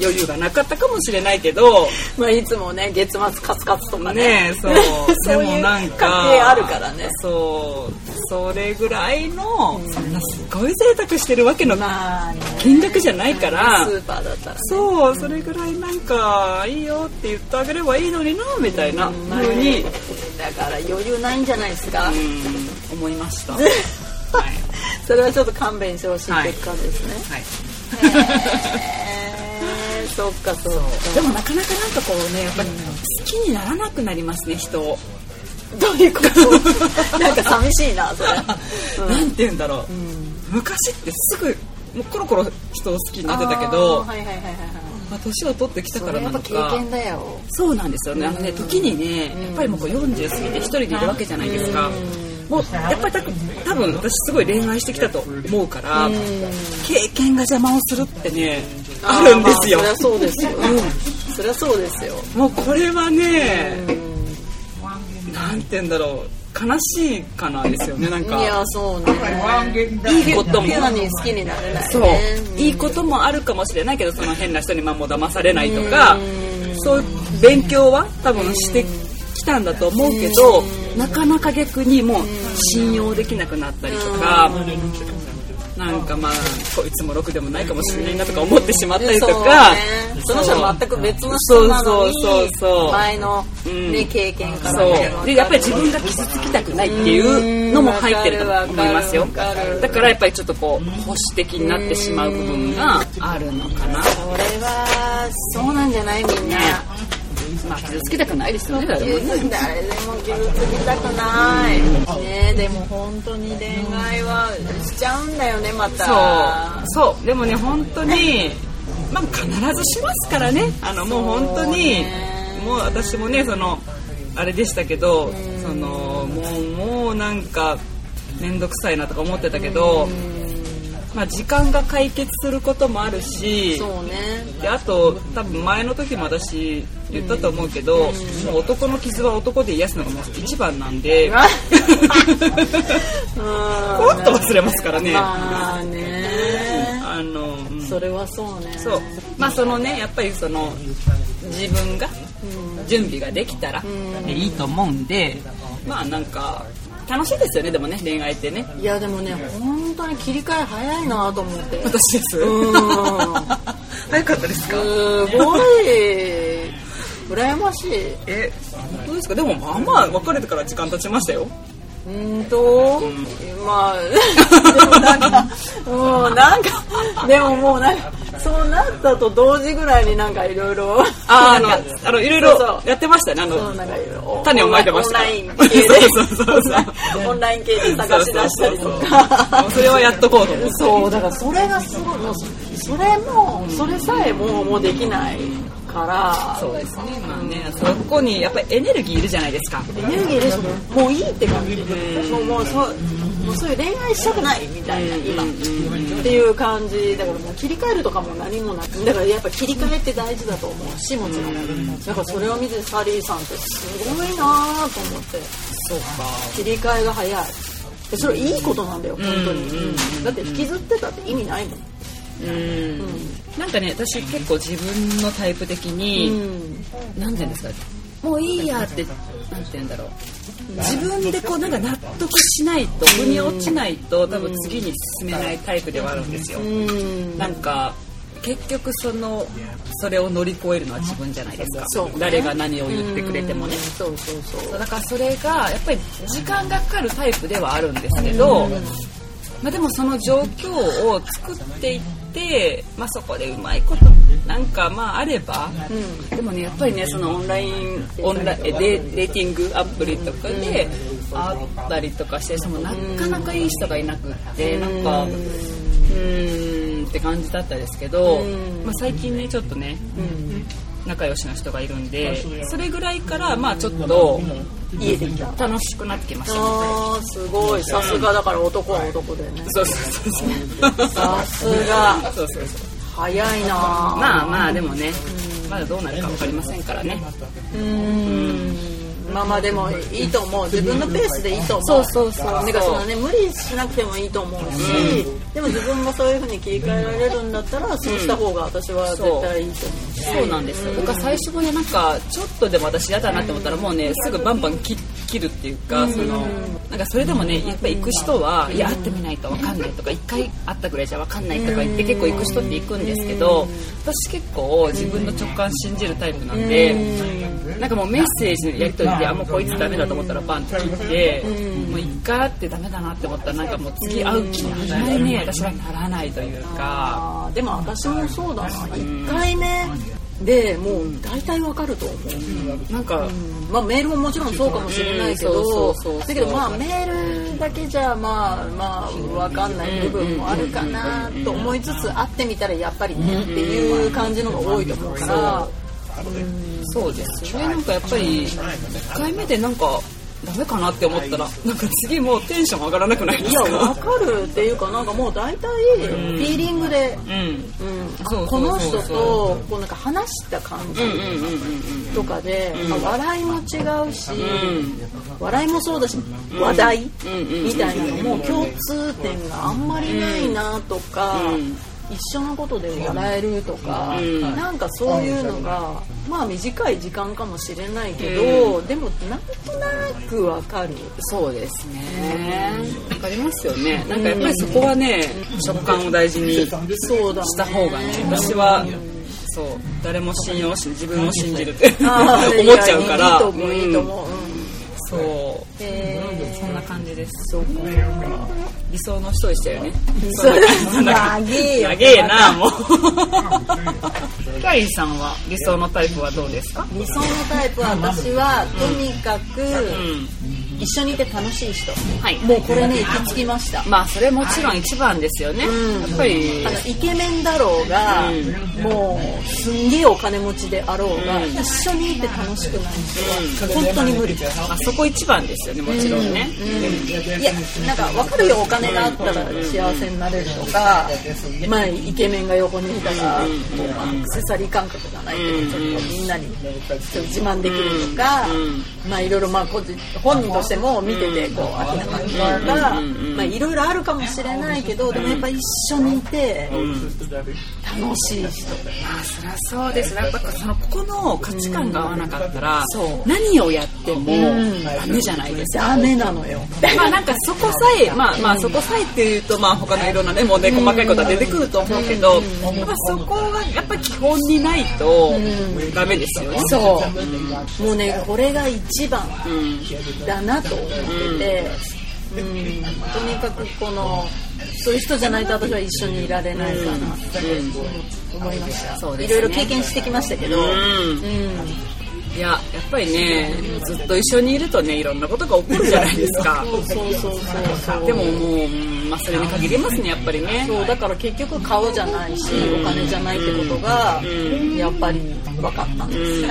S1: 余裕がなかったかもしれないけど
S2: まあいつもね月末カツカツとか
S1: ね
S2: ね
S1: えそう
S2: そういう
S1: でもなんか
S2: 家庭あるからね
S1: そうそれぐらいの、そんなすごい贅沢してるわけの
S2: まあね
S1: 金額じゃないから、
S2: スーパーだったら
S1: そうそれぐらいなんかいいよって言ってあげればいいのになみたいな
S2: まあね
S1: ふうに、
S2: だから余裕ないんじゃないですか、
S1: うん思いま したはい、
S2: それはちょっと勘弁してほしい結果ですね、
S1: はい
S2: えーそっかそう
S1: でもなかなかなんかこうねやっぱり好きにならなくなりますね人を、
S2: どういうこと なんか寂しいな それ、
S1: なんて言うんだろう、
S2: ん
S1: 昔ってすぐもうコロコロ人を好きになってたけど
S2: あーはいはいはいはいはい
S1: まあ年を取ってきた
S2: そ
S1: か
S2: れ
S1: ら
S2: は
S1: な
S2: やっぱ
S1: の
S2: 経
S1: か
S2: 験だよ
S1: そうなんですよねあのね時にねやっぱりもうこう40過ぎて一人でいるわけじゃないですかもうやっぱり多分多分私すごい恋愛してきたと思うから経験が邪魔をするってねあるんですよ
S2: まあそりゃそうですよ、そりゃそうですよ
S1: もうこれはねなんて言うんだろう悲しいかなんですよねなん
S2: い
S1: か
S2: やそうね
S1: いいことも
S2: ピュアに好きになれないね
S1: そういいこともあるかもしれないけどその変な人にまあもう騙されないとかそういう勉強は多分してきたんだと思うけどなかなか逆にもう信用できなくなったりとかなんかまあこいつもろくでもないかもしれないなとか思ってしまったりと
S2: そう
S1: か
S2: ねその人は全く別の
S1: そ
S2: 人
S1: う
S2: なのに
S1: そうそうそう
S2: 前の、
S1: うん
S2: ね経験からね
S1: そうでやっぱり自分が傷つきたくないっていうのも入ってると思いますよ
S2: うんわかるわかる
S1: だからやっぱりちょっとこう保守的になってしまう部分があるのかな
S2: それはそうなんじゃないみん
S1: ね
S2: な、
S1: まあ傷つきたくないですよね誰も
S2: 傷
S1: ね
S2: つ誰でも傷つきたくない、ね、でも本当に恋愛はしちゃうんだよねまた
S1: そうそうでもね本当にまあ必ずしますからねあのもう本当に
S2: そうね
S1: もう私もねそのあれでしたけどそのもうもうなんか面倒くさいなとか思ってたけどまあ時間が解決することもあるし
S2: そうね
S1: であと多分前の時も私言ったと思うけど、もう男の傷は男で癒すのがもう一番なん で
S2: うん
S1: ポロッと忘れますからね、
S2: まあね
S1: あの、うん
S2: それはそうね
S1: そうまあそのねやっぱりその自分が準備ができたらでいいと思うんでまあなんか楽しいですよねでもね恋愛ってね
S2: いやでもね本当に切り替え早いなと思って
S1: 私です
S2: うん
S1: 早かったですか
S2: すごい羨ましい
S1: え本当ですかでもまあまあ別れてから時間経ちましたよ
S2: うーんと、まあでもなんかもうなんかでももうなんかそうなったと同時ぐらいになんかいろいろ
S1: ああ
S2: なん
S1: の
S2: か
S1: あのいろい
S2: そうそ
S1: ろ
S2: う
S1: やってましたねあの
S2: そうなんかいろいろ
S1: 種をまいてました
S2: オンライン系で
S1: そうそうそうそう
S2: オンライン系で探し出したりと
S1: そうそうそうそう
S2: か
S1: それはやっとこうと思って
S2: そうだからそれがすごいもうそれもそれさえもうもうできないから
S1: そうですねまあねそこにやっぱりエネルギーいるじゃないですか
S2: エネルギーでしょもういいって感じもうもうそうもうそういう恋愛したくないみたいな今っていう感じだからもう切り替えるとかも何もなくだからやっぱ切り替えって大事だと思うしもちろんだからそれを見てサリーさんってすごいなぁと思って
S1: そうか
S2: 切り替えが早いでそれいいことなんだよ本当にだって引きずってたって意味ないもん
S1: うんなんかね私結構自分のタイプ的に、なんて言うんですかもういいやってなんて言うんだろう自分でこうなんか納得しないと腑に落ちないと多分次に進めないタイプではあるんですよ、
S2: うん
S1: なんか結局そのそれを乗り越えるのは自分じゃないですか、
S2: そう
S1: 誰が何を言ってくれてもね、
S2: そうそうそう
S1: だからそれがやっぱり時間がかかるタイプではあるんですけど、まあ、でもその状況を作っていっ、まあ、そこでうまいことなんかまああれば、うん、でもねやっぱりねそのオンラインオンラインレレーティングアプリとかで会ったりとかしてる人もなかなかいい人がいなくって、なんか。うんって感じだったですけど、まあ、最近ねちょっとね、仲良しの人がいるんでそれぐらいからまあちょっと
S2: 家できた
S1: 楽しくなってきました
S2: あーすごいさすがだから男は男でね
S1: そうそうそうそう
S2: さすが
S1: そうそうそう
S2: 早いなあ
S1: まあまあでもねまだどうなるか分かりませんからね
S2: うんまあまあでもいいと思う自分のペースでいいと思うそうそうそうなんかそのね無理しなくてもいいと思うし、でも自分もそういうふうに切り替えられるんだったらそうした方が私は絶対いいと思う
S1: そうなんですよ僕は最初はねなんかちょっとでも私嫌だなって思ったらもうねすぐバンバン切切るっていうかそのなんかそれでもねやっぱり行く人はいや会ってみないと分かんないとか一回会ったぐらいじゃ分かんないとか言って結構行く人って行くんですけど私結構自分の直感信じるタイプなんでなんかもうメッセージのやり取りであもうこいつダメだと思ったらバンって切ってもう一回会ってダメだなって思ったらなんかもう次会う気にあまりね私はならないというか。
S2: あーでも私もそうだな1回目でもう大体わかると思う
S1: なんか
S2: まあ、メールももちろんそうかもしれないけど、
S1: うんそうそうそうそう
S2: だけどまあメールだけじゃまあまあ分かんない部分もあるかなと思いつつ会ってみたらやっぱりねっていう感じのが多いと思うから、
S1: そうですよね。なんかやっぱり1回目でなんかダメかなって思ったら、なんか次もうテンション上がらなくないで
S2: い
S1: す
S2: や
S1: か。
S2: 分かるっていうかなんかもう大体フィーリングで、
S1: うん。
S2: うん
S1: そうそうそうそう
S2: この人とこうなんか話した感じ
S1: うんうんうんうん
S2: とかで、まあ笑いも違うし、
S1: うん。
S2: 笑いもそうだし話題
S1: うん
S2: みたいなのも共通点があんまりないなとか、
S1: うん
S2: 一緒のことで笑えるとか、
S1: うん
S2: なんかそういうのがまあ短い時間かもしれないけど、でもなんとなくわかる。
S1: そうですね。わかりますよね。なんかやっぱりそこはね、食感を大事にし
S2: そうだね
S1: た方がね、私は。そう誰も信用し自分を信じるって 思っ
S2: あー
S1: ちゃうから
S2: いいと思う、いいと
S1: うん
S2: 思う。うん
S1: そう
S2: え
S1: そんな感じです
S2: ーそうか
S1: 理想の人でしたよね。
S2: そう
S1: そんな感じ
S2: 長えよ
S1: 長えな、もう。 キャリーさんは理想のタイプはどうですか
S2: 理想のタイプは私はとにか
S1: う
S2: く
S1: ん。
S2: 一緒にいて楽しい人、
S1: はい
S2: もうこれね行き着きました
S1: まあ、それもちろん一番ですよね。
S2: うん
S1: やっぱり
S2: あ、のイケメンだろうが、
S1: うん
S2: もうすんげえお金持ちであろうが、
S1: うん
S2: 一緒にいて楽しくない人は本当に無理、
S1: あそこ一番ですよね、もちろんね。
S2: いやなんか分かるよお金があったら幸せになれるとか、まあ、イケメンが横にいたら、こうアクセサリー感覚がないけどちょっとみんなにちょっと自慢できるとか、まあいろいろまあ個人本人としても見ててこう飽きな感じとか、まあいろいろあるかもしれないけどでもやっぱ一緒にいて楽しい人
S1: まあ、そりゃそうです。やっぱその、ここの価値観が合わなかったら、何をやっても
S2: ん
S1: ダメじゃないですか。
S2: ダメなのよ。
S1: まあなんかそこさえ、まあまあそこさえっていうと、まあ他のいろんなね、もうね、細かいことは出てくると思うけど、やっぱそこがやっぱ基本にないとダメですよね。
S2: そう。もうね、これが一番
S1: うん。
S2: だなと思ってて、うん、とにかくこの、そういう人じゃないと私は一緒にいられないかなって思いました。
S1: そうで
S2: い
S1: すね
S2: ろいろ経験してきましたけど、
S1: うん
S2: うん、
S1: いや、やっぱりね、ずっと一緒にいるとね、いろんなことが起こるじゃないですか。
S2: そうそうそうそう。
S1: でももう、うんまあそれに限りますね、やっぱりね。
S2: そうだから結局顔じゃないし、お金じゃないってことが、やっぱり分かったんですよ。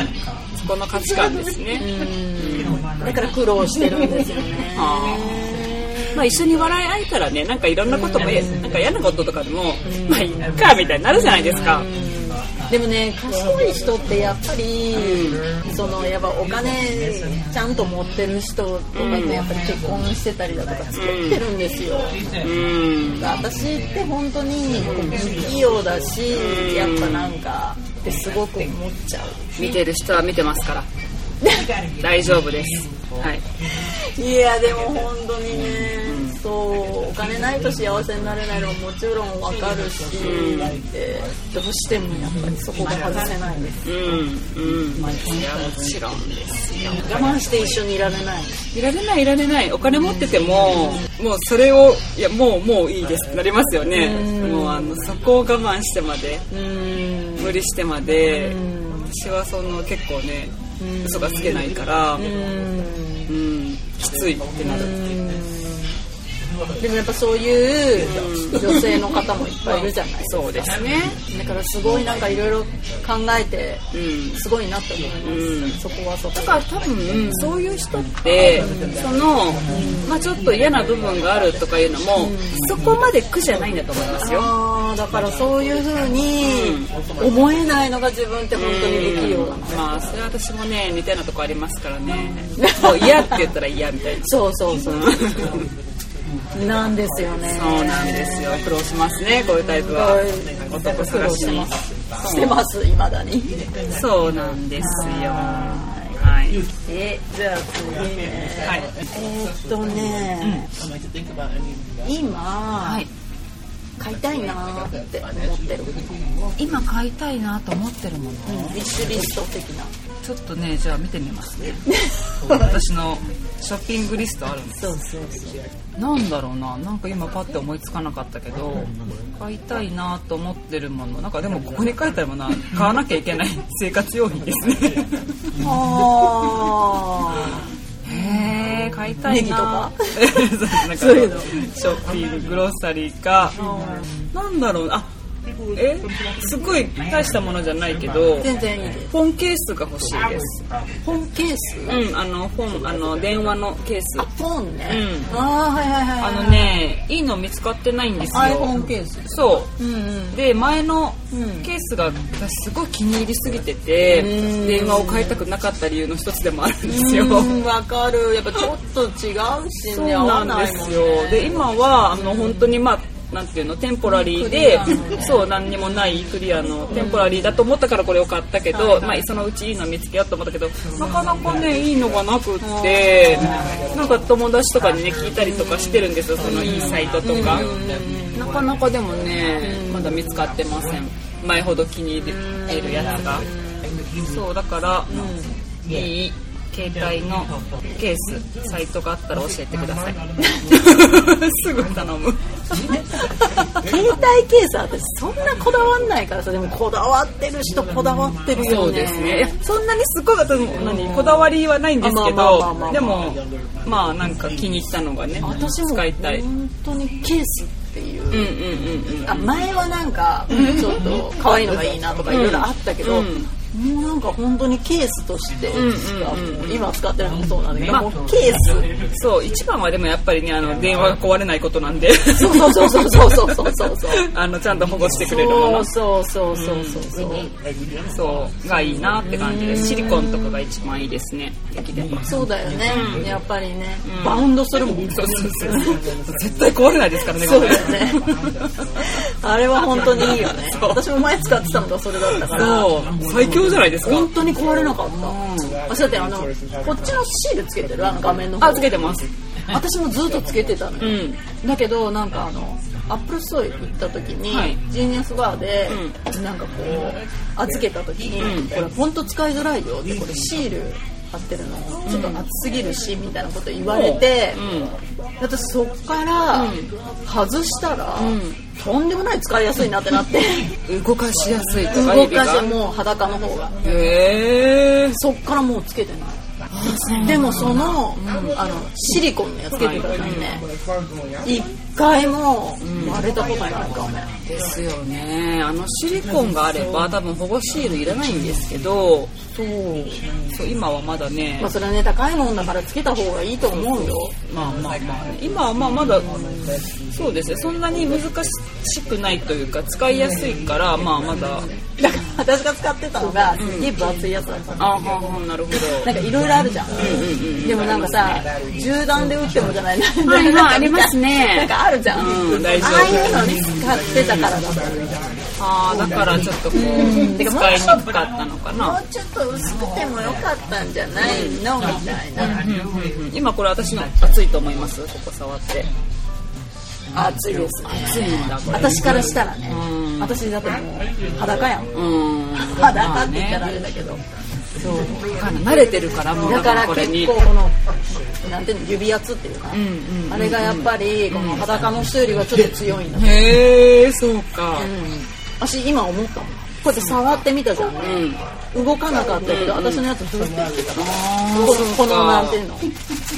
S1: そこの価値観ですね。
S2: うん、だから苦労してるんですよね。
S1: あまあ一緒に笑い合えたらね、なんかいろんなことも、なんか嫌なこととかでも、まあいいか、みたいになるじゃないですか。
S2: でもね賢い人ってやっぱり、そのやっぱお金ちゃんと持ってる人とかとやっぱり結婚してたりだとか付き合ってるんですよ、
S1: うん。
S2: 私って本当に不器用だし、やっぱなんかってすごく思っちゃう
S1: 見てる人は見てますから 大丈夫ですはい
S2: いやでも本当にね、そうお金ないと幸せになれないのももちろんわかるし、
S1: うん
S2: でどうしてもやっぱりそこが外せないで
S1: う
S2: す
S1: んうんいやもちろんですよ
S2: 我慢して一緒にいられない
S1: いられないいられないお金持っててももうそれをいやもうもういいですってなりますよね
S2: うん
S1: もうあのそこを我慢してまで
S2: うん
S1: 無理してまで
S2: うん
S1: 私はその結構ね
S2: うん
S1: 嘘がつけないからう
S2: うんん
S1: きついってなる
S2: うんでもやっぱそういう女性の方もいっぱいいるじゃないですか
S1: そうですね
S2: だからすごいなんかいろいろ考えて
S1: うん
S2: すごいなって思います、
S1: うん
S2: そこはそこ
S1: だから多分そういう人ってその、まあ、ちょっと嫌な部分があるとかいうのもそこまで苦じゃないんだと思いますよ。
S2: あーだからそういうふうに思えないのが自分って本当に不器用だな、
S1: まあそれは私もね似たようなとこありますからねもう嫌って言ったら嫌みたいな
S2: そうそうそうなんですよね
S1: そうなんですよ苦労しますねこういうタイプは男
S2: 苦
S1: 探
S2: 労
S1: し
S2: して
S1: に
S2: ますしてますいまだに
S1: そうなんですよはい
S2: えじゃあ次ね
S1: はい
S2: えーっとね、今、
S3: はい
S2: 買いたいなーって思ってる
S3: 今買いたいなと思ってるもの
S2: リスリスト的な
S3: ちょっとねじゃあ見てみます ね私の
S1: ショッピングリストあるんです
S2: そうそうそう
S3: なんだろうななんか今パッて思いつかなかったけど買いたいなと思ってるものなんかでもここに書いてあるものは買わなきゃいけない 生活用品です ね
S2: あ
S3: へえ買いたいな
S2: ネギとか
S3: そうなんか
S2: そういうの
S3: ショッピンググロッサリーかなんだろうあえすごい大したものじゃないけど
S2: ー全然いいです
S1: 本ケースが欲しいです
S2: 本ケース
S1: うんあの本あの電話のケース
S2: あ本ね、
S1: う
S2: ああはいはいはい
S1: あ
S2: はい
S1: のねいいの見つかってないんですよ
S2: iPhone ケース
S1: そう
S2: うんうん
S1: うで前の
S2: うん
S1: ケースが私すごい気に入りすぎてて
S2: うん
S1: 電話を買いたくなかった理由の一つでもあるんですよ
S2: うんわかるやっぱちょっと違うし
S1: そう
S2: ね合
S1: な
S2: わ
S1: ん
S2: な
S1: で
S2: いもん
S1: す
S2: ね
S1: よで今はあの本当にまあなんていうのテンポラリーで
S2: クリアのね
S1: そう何にもないクリアのテンポラリーだと思ったからこれを買ったけど、まあ、そのうちいいの見つけようと思ったけどなかなかねいいのがなくってなんか友達とかにね聞いたりとかしてるんですよそのいいサイトとかなかなかでもねまだ見つかってません前ほど気に入ってるやつがそうだからいい携帯のケースサイトがあったら教えてください すぐ頼む
S2: 携帯ケースは私そんなこだわんないからさでもこだわってる人こだわってるよね
S1: そうですねそんなにすごい私も何こだわりはないんですけ
S2: まあまあまあま
S1: ど
S2: あ
S1: でもまあなんか気に入ったのがね
S2: 私も
S1: 使いたいうん
S2: 本当にケースっていう、
S1: うんうんうん
S2: あ前はなんかちょっと可愛いのがいいなとかいろいろあったけど、
S1: うん
S2: もうなんか本当にケースとしてしか、
S1: うんうんうんうん
S2: 今使ってるのもそうなんだけど、
S1: まあ
S2: もうケース
S1: そう一番はでもやっぱりねあの電話が壊れないことなんで
S2: そうそうそうそうそうそうそうそう
S1: あのちゃんと保護してくれるもの
S2: そうそうそうそうそう
S1: そうがいいなって感じですシリコンとかが一番いいですねできれば
S2: そうだよね、やっぱりね、バウンドするもん
S1: そうそうそう絶対壊れないですからね
S2: そう
S1: こ
S2: だ
S1: れ
S2: よね あれは本当にいいよね
S1: そう
S2: 私も前使ってたのがそれだったから
S1: そう最強じゃないですか
S2: 本当に壊れなかった、私だってあのこっちのシールつけてるあの画面の方
S1: あつけてます
S2: 私もずっとつけてたのよ、だけどなんかあのアップルストア行った時に、
S1: はい
S2: ジーニアスバーで、なんかこう預けた時に、
S1: うん
S2: これ本当使いづらいよってこれシール貼ってるのちょっと熱すぎるしみたいなこと言われて、私そっから外したら、とんでもない使いやすいなってなって
S1: うん動かしやすいとか
S2: 動
S1: 指が
S2: かしてもう裸の方が
S1: へえ
S2: そっからもうつけてないでもその,、あのシリコンのやつつけてくださいね一回も割れたことないかも
S1: ですよねあのシリコンがあれば多分保護シールいらないんですけどそう今はまだね
S2: まあそれはね高いもんだからつけた方がいいと思うよ
S1: まあまあまあ今はまあまだそうですねそんなに難しくないというか使いやすいからまあまだ
S2: だから私が使ってたのがすげえ分厚いやつだったの
S1: ああなるほど
S2: なんかいろいろあるじゃん,、でもなんかさ銃弾で撃ってもじゃないな
S1: はい
S2: なんか
S1: ありますね
S2: なんかあるじゃん、
S1: うん大丈夫
S2: ああいうのに使ってたからだった
S1: ああだからちょっとこう
S2: てか
S1: 使いにくかったのか
S2: も
S1: な
S2: うちょっと薄くてもよかったんじゃないのみたいな、
S1: 今これ私の熱いと思いますここ触って
S2: 暑いですね
S3: 暑いんだこれ
S2: 私からしたらね
S3: うん
S2: 私だってもう裸やん
S3: うん
S2: 裸って言ったらあれだけど
S3: そうわかんない慣れてるからもうだ
S2: だか
S3: かららこれ
S2: 結
S3: に
S2: 構このなんていうの指圧っていうか
S3: うんうんうん
S2: あれがやっぱりこの裸の人よりはちょっと強いんだ
S3: へえそうか
S2: 私今思ったもんこうやって触ってみたじゃんね
S3: うん
S2: 動かなかったけど私のやつずっとやってたのこのこのなんていうの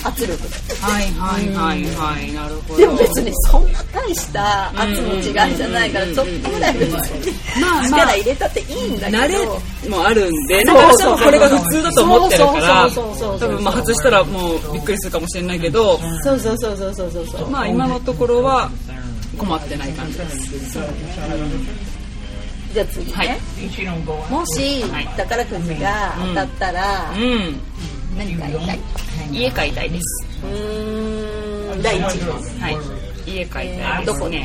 S2: 圧力で
S3: はいはいはいはいなるほど
S2: でも別にそんな大した圧の違いじゃないからちょっとぐらい別に
S3: まあまあ
S2: 力入れたっていいんだ
S1: 慣
S2: けど
S1: れもあるんで、
S2: そ
S1: な
S2: うんそう
S1: か
S2: そ
S1: 私はもう
S2: う
S1: これが普通だと思ってるから、
S2: そうそうそうそ
S1: 多
S2: うそう
S1: 分まあ外したらもうびっくりするかもしれないけど、
S2: そうそうそうそうそうそうそう
S1: まあ今のところは困ってない感じです。
S2: じゃあ次ね、
S1: はい
S2: もし宝くじが当たったら、
S1: うん。
S2: 何かやりたい
S1: 家買いたいです。
S2: うーん第一位は
S1: はい。家買いたいです、ね。
S2: どこに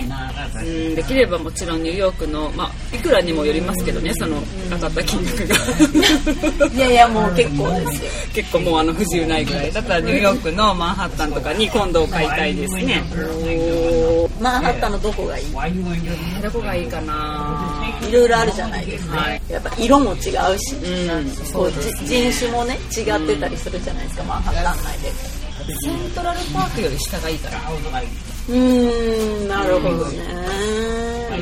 S1: うん、できればもちろんニューヨークの、まあ、いくらにもよりますけどね、その当たった金額が。
S2: いやいやもう結構ですよ
S1: 結構もうあの不自由ないぐらい。だったらニューヨークのマンハッタンとかに今度買いたいですね。
S2: マンハッタンのどこがいい
S1: えーどこがいいかない
S2: ろいろあるじゃないですか、
S1: はい
S2: やっぱ色も違うし、
S1: うん。
S2: こうじ人種もね違ってたりするじゃないですか、マンハッタン内で
S1: セントラルパークより下がいいから。
S2: うーんなるほどね、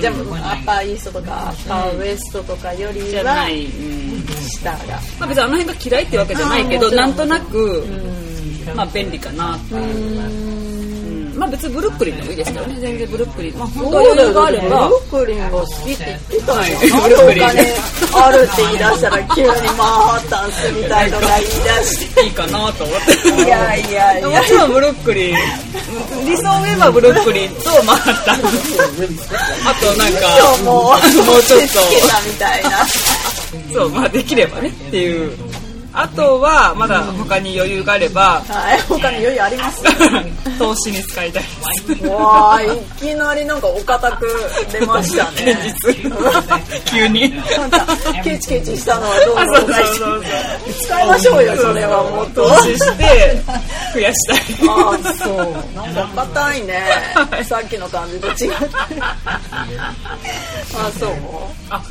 S2: じゃあアッパーイーストとかアッパーウェストとかより
S1: じゃな。
S2: はい
S1: うん。
S2: 下が
S1: まあ別にあの辺が嫌いってわけじゃないけど、
S2: あー
S1: なんとなく、
S2: うん
S1: まあ便利かなってうんまあ別にブルックリンでもいいですけどね、全然ブルックリン。まあ本当は余裕があれば
S2: ブ、ルックリンが好きって言ってたの
S1: はい
S2: よなんでお金あるって言い出したら急にマンハッタン住みたいとか言い出し
S1: いいかなと思ってて。
S2: いやいやい
S1: も
S2: や
S1: ちろんブルックリン。理想を言えばブルックリンとマンハッタン。あとなんか、
S2: 今日もう
S1: もうちょっ
S2: つけたみたいな
S1: と、そう、まあできればねっていう。あとは、まだ他に余裕があれば、
S2: はい他に余裕あります
S1: 投資に使いたいです。
S2: わあいきなりなんかお堅く出ましたね
S1: 現実。急に。
S2: なんかケチケチしたのはどう
S1: あ
S2: な
S1: そう
S2: のか
S1: そうそうそう。
S2: 使いましょうよそれはもっと
S1: 投資して増やしたい
S2: ああそうなんか硬いね さっきの感じと違ってあそう
S1: あ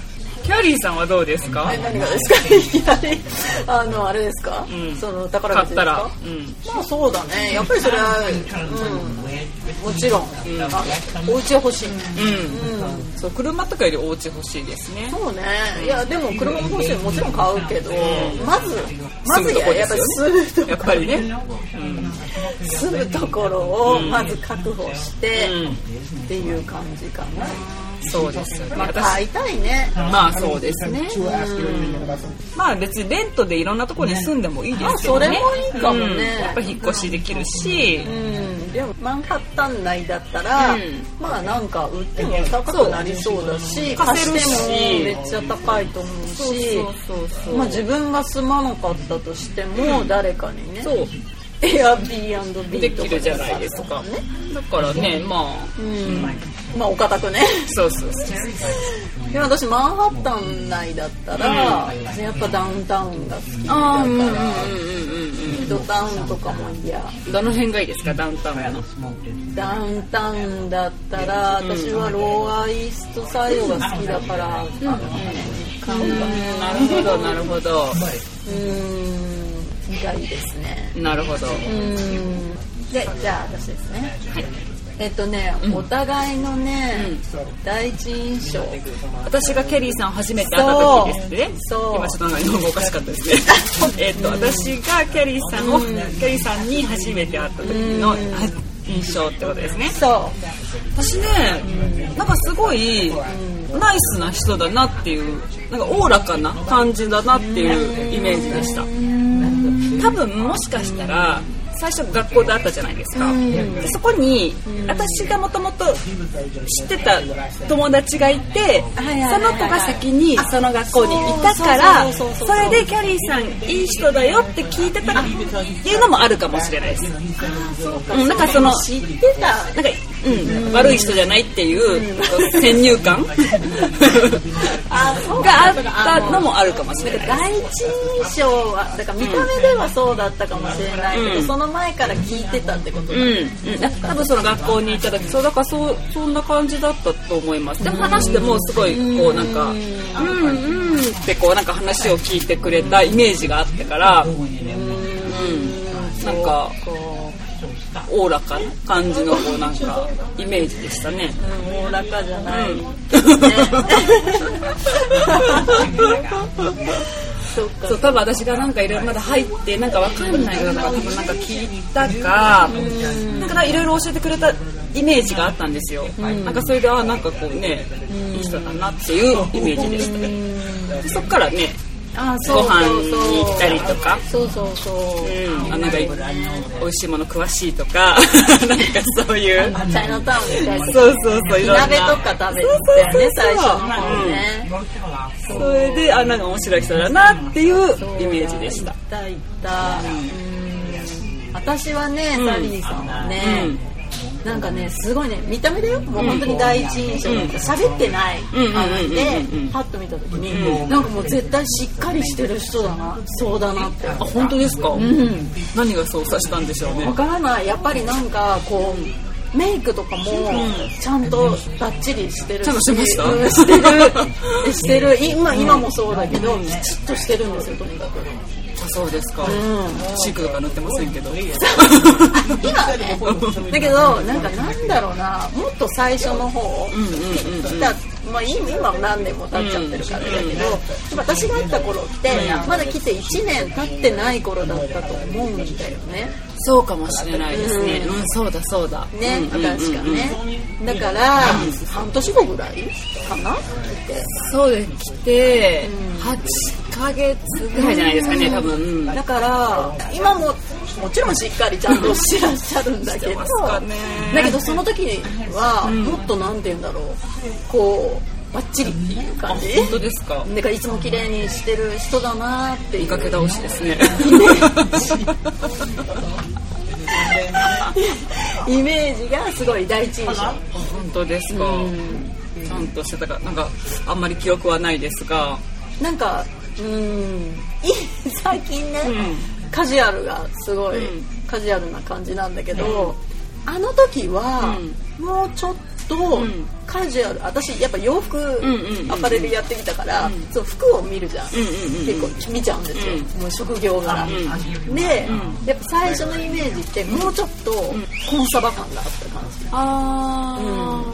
S1: キャリーさんはどうですか
S2: え何がですかいきなりあのあれですか、
S1: ん
S2: その宝く
S1: 買
S2: じ
S1: っ
S2: で
S1: た
S2: す
S1: ら、
S2: か
S1: うん、
S2: まあそうだねやっぱりそれは、うん、もちろん、あお家欲しい、
S1: うん、
S2: うん
S1: そう車とかよりお家欲しいですね
S2: そうねいやでも車も欲しいもちろん買うけど、まずま
S1: 住む
S2: ず
S1: とこ
S2: や
S1: で
S2: っぱ
S1: す
S2: り
S1: よ
S2: 住む
S1: や
S2: と
S1: っ
S2: こ
S1: ぱりね
S2: 住むところをまず確保して、っていう感じかな、
S1: そうですよね
S2: まあ、
S1: 私
S2: 買いたいね
S1: まあそうですね
S4: She will ask you anything about something.
S1: まあ別にレントでいろんなところに住んでもいいですけ
S2: そ
S1: ど
S2: れ
S1: ね
S2: もいいかもね、
S1: うんやっぱ引っ越しできるし、
S2: うんでもマンハッタン内だったら、
S1: うん
S2: まあなんか売っても高くなりそうだし
S1: そう
S2: 貸しても
S1: 貸
S2: めっちゃ高いと思うし
S1: そうそ
S2: まあ自分が住まなかったとしても誰かにね
S1: そう
S2: Airbnb
S1: で
S2: とか
S1: きるじゃないですか
S2: ね
S1: だからねまあ
S2: うんまあお堅くね
S1: そうそうそう
S2: でも私マンハッタン内だったら、やっぱダウンタウンが好きだからミッドタウンとかも嫌
S1: どの辺がいいですかダウンタウンの
S2: ダウンタウンだったら私はローアイーストサイドが好きだから、うん、う
S1: なるほどなるほど
S2: ーんがいいですね
S1: なるほど
S2: うんでじゃあ私ですね
S1: はい
S2: えっとね、お互いのね、第一印象
S1: 私がケリーさん初めて会った時ですね
S2: そう
S1: 今ちょっとなんか日本語おかしかったですねえっと私がケリーさんを、ケリーさんに初めて会った時の、あ印象ってことですね
S2: そ
S1: 私ねなんかすごいナイスな人だなっていうなんかおおらかな感じだなっていうイメージでした多分もしかしたら最初学校で会ったじゃないですかでそこに私がもともと知ってた友達がいてそ
S2: はいはいはいは
S1: の
S2: い
S1: 子が先にその学校にいたからそれでキャリーさんいい人だよって聞いてたっていうのもあるかもしれないですうんなんかその
S2: う知ってた
S1: なんかうん、悪い人じゃないっていう、先入 観
S2: あそう
S1: があったのもあるかもしれないです
S2: 第一印象はだから見た目ではそうだったかもしれないけど、
S1: うん
S2: その前から聞いてたってことだ、
S1: うん、うん、多分その学校にいた時そうだからそうそんな感じだったと思いますでも話してもすごいこうなんか「うんうん」ってこうなんか話を聞いてくれたイメージがあったからうんなんか
S2: こ
S1: おおらかな感じのこうなんかイメージでしたね
S2: ううんおおらかじゃ
S1: う
S2: ない、
S1: ん
S2: そっか
S1: そう多分私がなんかいろいろまだ入ってなんかわかんないのとか多分なんか聞いたかだからいろいろ教えてくれたイメージがあったんですよ、なんかそれであなんかこうねいい人だなっていうイメージでした、でそっからね
S2: あ
S1: ご飯に行ったりとか
S2: そうそうそう
S1: うん、あなんか美味しいもの詳しいとか なんかそういう
S2: チャイナタウンみたいな
S1: そうそうそうい
S2: 火
S1: ろんな
S2: 鍋とか食べてたよね
S1: そうそうそう
S2: 最初の方ね、
S1: それであなんか面白い人だなっていうイメージでした
S2: いたいた、うん、私はね、サリーさんはね、なんかねすごいね見た目だよもう本当に第一印象だった喋、ってない
S1: ん
S2: あので
S1: うんうんうん
S2: パッと見た時に、なんかもう絶対しっかりしてる人だなそうだなって
S1: あ本当ですか、
S2: うん
S1: 何がそうさしたんでしょうね
S2: わからないやっぱりなんかこうメイクとかもちゃんとバッチリしてる
S1: ちゃんとしてました
S2: うんしてるしてる今今もそうだけどきちっとしてるんですよとにかく、
S1: あそうですか、チークとか塗ってませんけど
S2: 今はねだけどなんかなんだろうなもっと最初の方来た、まあ、今今も何年も経っちゃってるからだけど、私が会った頃ってまだ来て1年経ってない頃だったと思うんだよね
S1: そうかもしれないですねうん、そうだそうだ
S2: ね、確かね、だから半年後ぐらいかなって
S1: そうで来て8ヶ月ぐらいじゃないですかね多分、うん、
S2: だから今ももちろんしっかりちゃんとしてらっしゃるんだけどだけどその時にはもっとなんて言うんだろうこうバッチリっていう感じ
S1: 本当ですか
S2: だからいつも綺麗にしてる人だなっていう
S1: 見かけ倒しです ね
S2: イメージがすごい第一印象
S1: 本当ですか、ちゃんとしてたからなんかあんまり記憶はないですが
S2: なんかうーんい最近ね、カジュアルがすごい、カジュアルな感じなんだけど、あの時は、もうちょっとカジュアル私やっぱ洋服、
S1: んうん
S2: アパレルやってきたから、そう服を見るじゃん,、結構見ちゃうんですよ、もう職業柄、で、やっぱ最初のイメージってもうちょっとコンサバ感があった感じ
S1: あ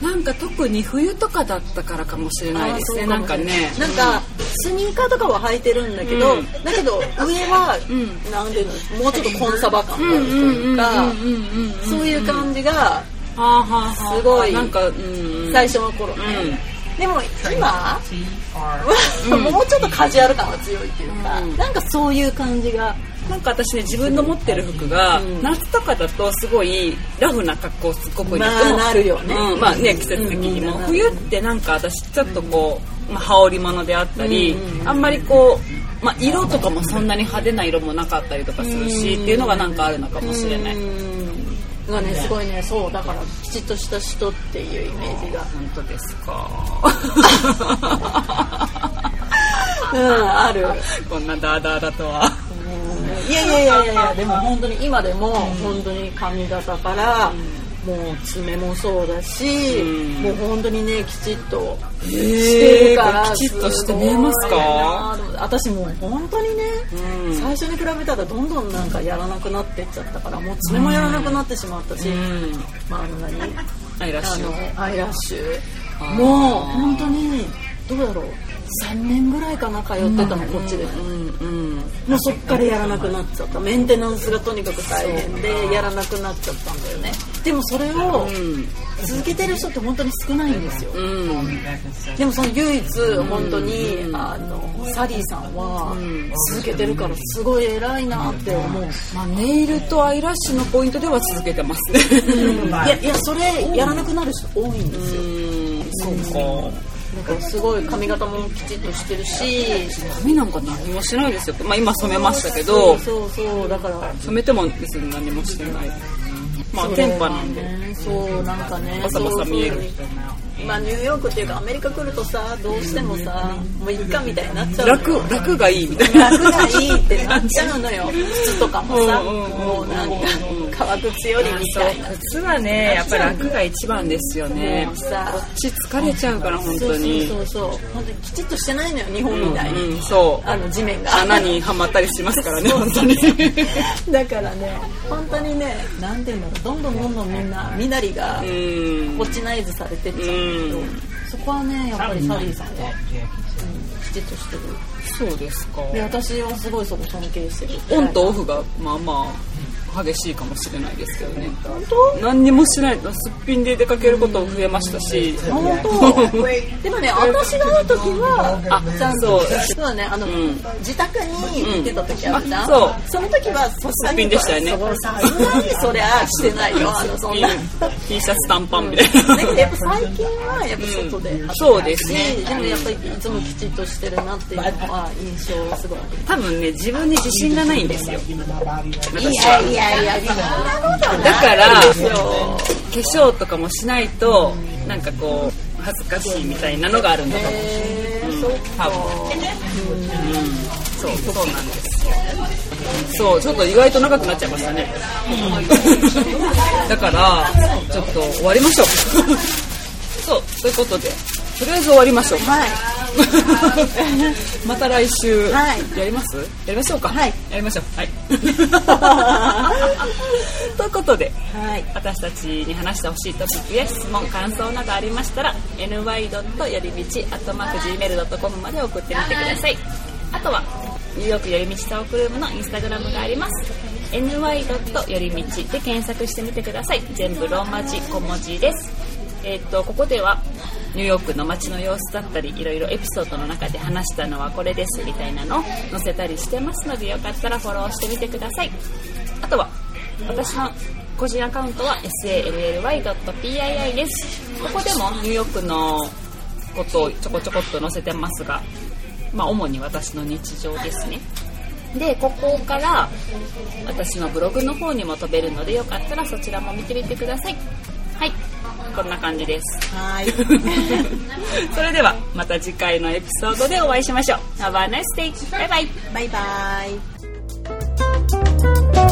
S1: ー、なんか特に冬とかだったからかもしれないですねなんかね
S2: なんかスニーカーとかは履いてるんだけど、
S1: うん
S2: だけど上は、なんていうのもうちょっとコンサバ感があるというかそういう感じが
S1: あーはーはー
S2: すごい
S1: なんかうん
S2: 最初の頃ね、でも今は、もうちょっとカジュアル感が強いっていうか、なんかそういう感じが
S1: なんか私ね自分の持ってる服が、夏とかだとすごいラフな格好すっごくいい
S2: まあなるよね
S1: うん、まあね季節的にも、
S2: うんうん
S1: 冬ってなんか私ちょっとこう、まあ、羽織物であったり、あんまりこう、まあ、色とかもそんなに派手な色もなかったりとかするし、っていうのがなんかあるのかもしれない、
S2: うんがねすごいねそうだからきちっとした人っていうイメージが、
S1: 本当です か
S2: うん、ある。
S1: こんなダーダーだとはい
S2: やいやいやいやいやでも本当に今でも本当に髪型からもう爪もそうだし、もう本当にねきちっとしてるから、
S1: えーきちっとして見えますか
S2: すごいなあ私もう本当にね、最初に比べたらどんどんなんかやらなくなってっちゃったからもう爪もやらなくなってしまったし、
S1: うん
S2: まああの何
S1: アイラッ
S2: あ
S1: シュ
S2: のアイラッシュもう本当にどうだろう3年ぐらいかな通ってたのこっちで。
S1: うんうん
S2: もうそっからやらなくなっちゃったメンテナンスがとにかく大変でやらなくなっちゃったんだよねでもそれを続けてる人って本当に少ないんですよ
S1: うん
S2: でもその唯一本当にあのサリーさんは続けてるからすごい偉いなって思う
S1: まあ、ネイルとアイラッシュのポイントでは続けてますね
S2: いやいやそれやらなくなる人多いんですよ
S1: うんそうか
S2: なんかすごい髪型もきちっとしてるし
S1: 髪なんか何もしないですよ、まあ、今染めましたけど
S2: そうそうそうだから
S1: 染めても別に何もしてないまあ天パなんで
S2: そうなんかね
S1: バサバサ見えるみたいな
S2: まあニューヨークっていうかアメリカ来るとさどうしてもさもういっかみたいになっちゃうのよ
S1: 楽楽がいいみたいな
S2: 楽がいいってなっちゃう のよ靴とかもさもうなんか革靴よりみたいな
S1: 靴はねやっぱり楽が一番ですよね
S2: もうさ
S1: こっち疲れちゃうから本
S2: そ
S1: 当
S2: うそう
S1: に
S2: そうそう本当にきちっとしてないのよ日本みたいに、
S1: うんそう
S2: あの地面が
S1: 穴にはまったりしますからね本当に
S2: だからね本当にねなんていうんだろうどんどんどんどんみんな身なりが
S1: うん
S2: ウォッチナイズされてっちゃうん
S1: うん
S2: だけどそこはねやっぱりサリーさんは、うん、きちっとしてる
S1: そうですか
S2: で私はすごいそこ尊敬してる
S1: オンとオフがまあまあ激しいかもしれないですけどね
S2: 本当
S1: 何にもしないとすっぴんで出かけること増えましたし
S2: 本当でもね私が会う時は
S1: あ
S2: ちゃん
S1: そ
S2: と
S1: う
S2: そうだねあの、
S1: ん
S2: 自宅に行ってた時あった、
S1: あそう
S2: その時はさすが
S1: すっぴんでしたよね
S2: そうさすがにそりゃしてないよあのそんな
S1: T シャツ短パンみたいな
S2: だけどやっぱ最近はやっぱ外で、
S1: うんそうですね
S2: でもやっぱりいつもきちっとしてるなっていうのは印象はすごいある
S1: 多分ね自分に自信がないんですよ
S2: いやいやいや、そんなことない
S1: だから
S2: ですよ。
S1: 化粧とかもしないとなんかこう恥ずかしいみたいなのがあるんだと思う
S2: えー、そう
S1: 多分そうそうなんですそうちょっと意外と長くなっちゃいましたね、だからちょっと終わりま しょうそうということでとりあえず終わりましょう
S2: はい。
S1: また来週
S2: はい
S1: やります、やりましょうか
S2: はい
S1: やりましょう はい ということで
S2: はい。
S1: 私たちに話してほしいトピックや質問感想などありましたら ny. よりみち .gmail.com まで送ってみてくださいあとはニューヨークよりみちサオクルームのインスタグラムがあります ny. よりみちで検索してみてください全部ローマ字小文字ですえーっとここではニューヨークの街の様子だったりいろいろエピソードの中で話したのはこれですみたいなのを載せたりしてますのでよかったらフォローしてみてくださいあとは私の個人アカウントは sally.pii ですここでもニューヨークのことをちょこちょこっと載せてますが、まあ、主に私の日常ですねでここから私のブログの方にも飛べるのでよかったらそちらも見てみてくださいはいこんな感じです
S2: はい。
S1: それではまた次回のエピソードでお会いしましょう Have a nice day! バイバイ
S2: バイバイ。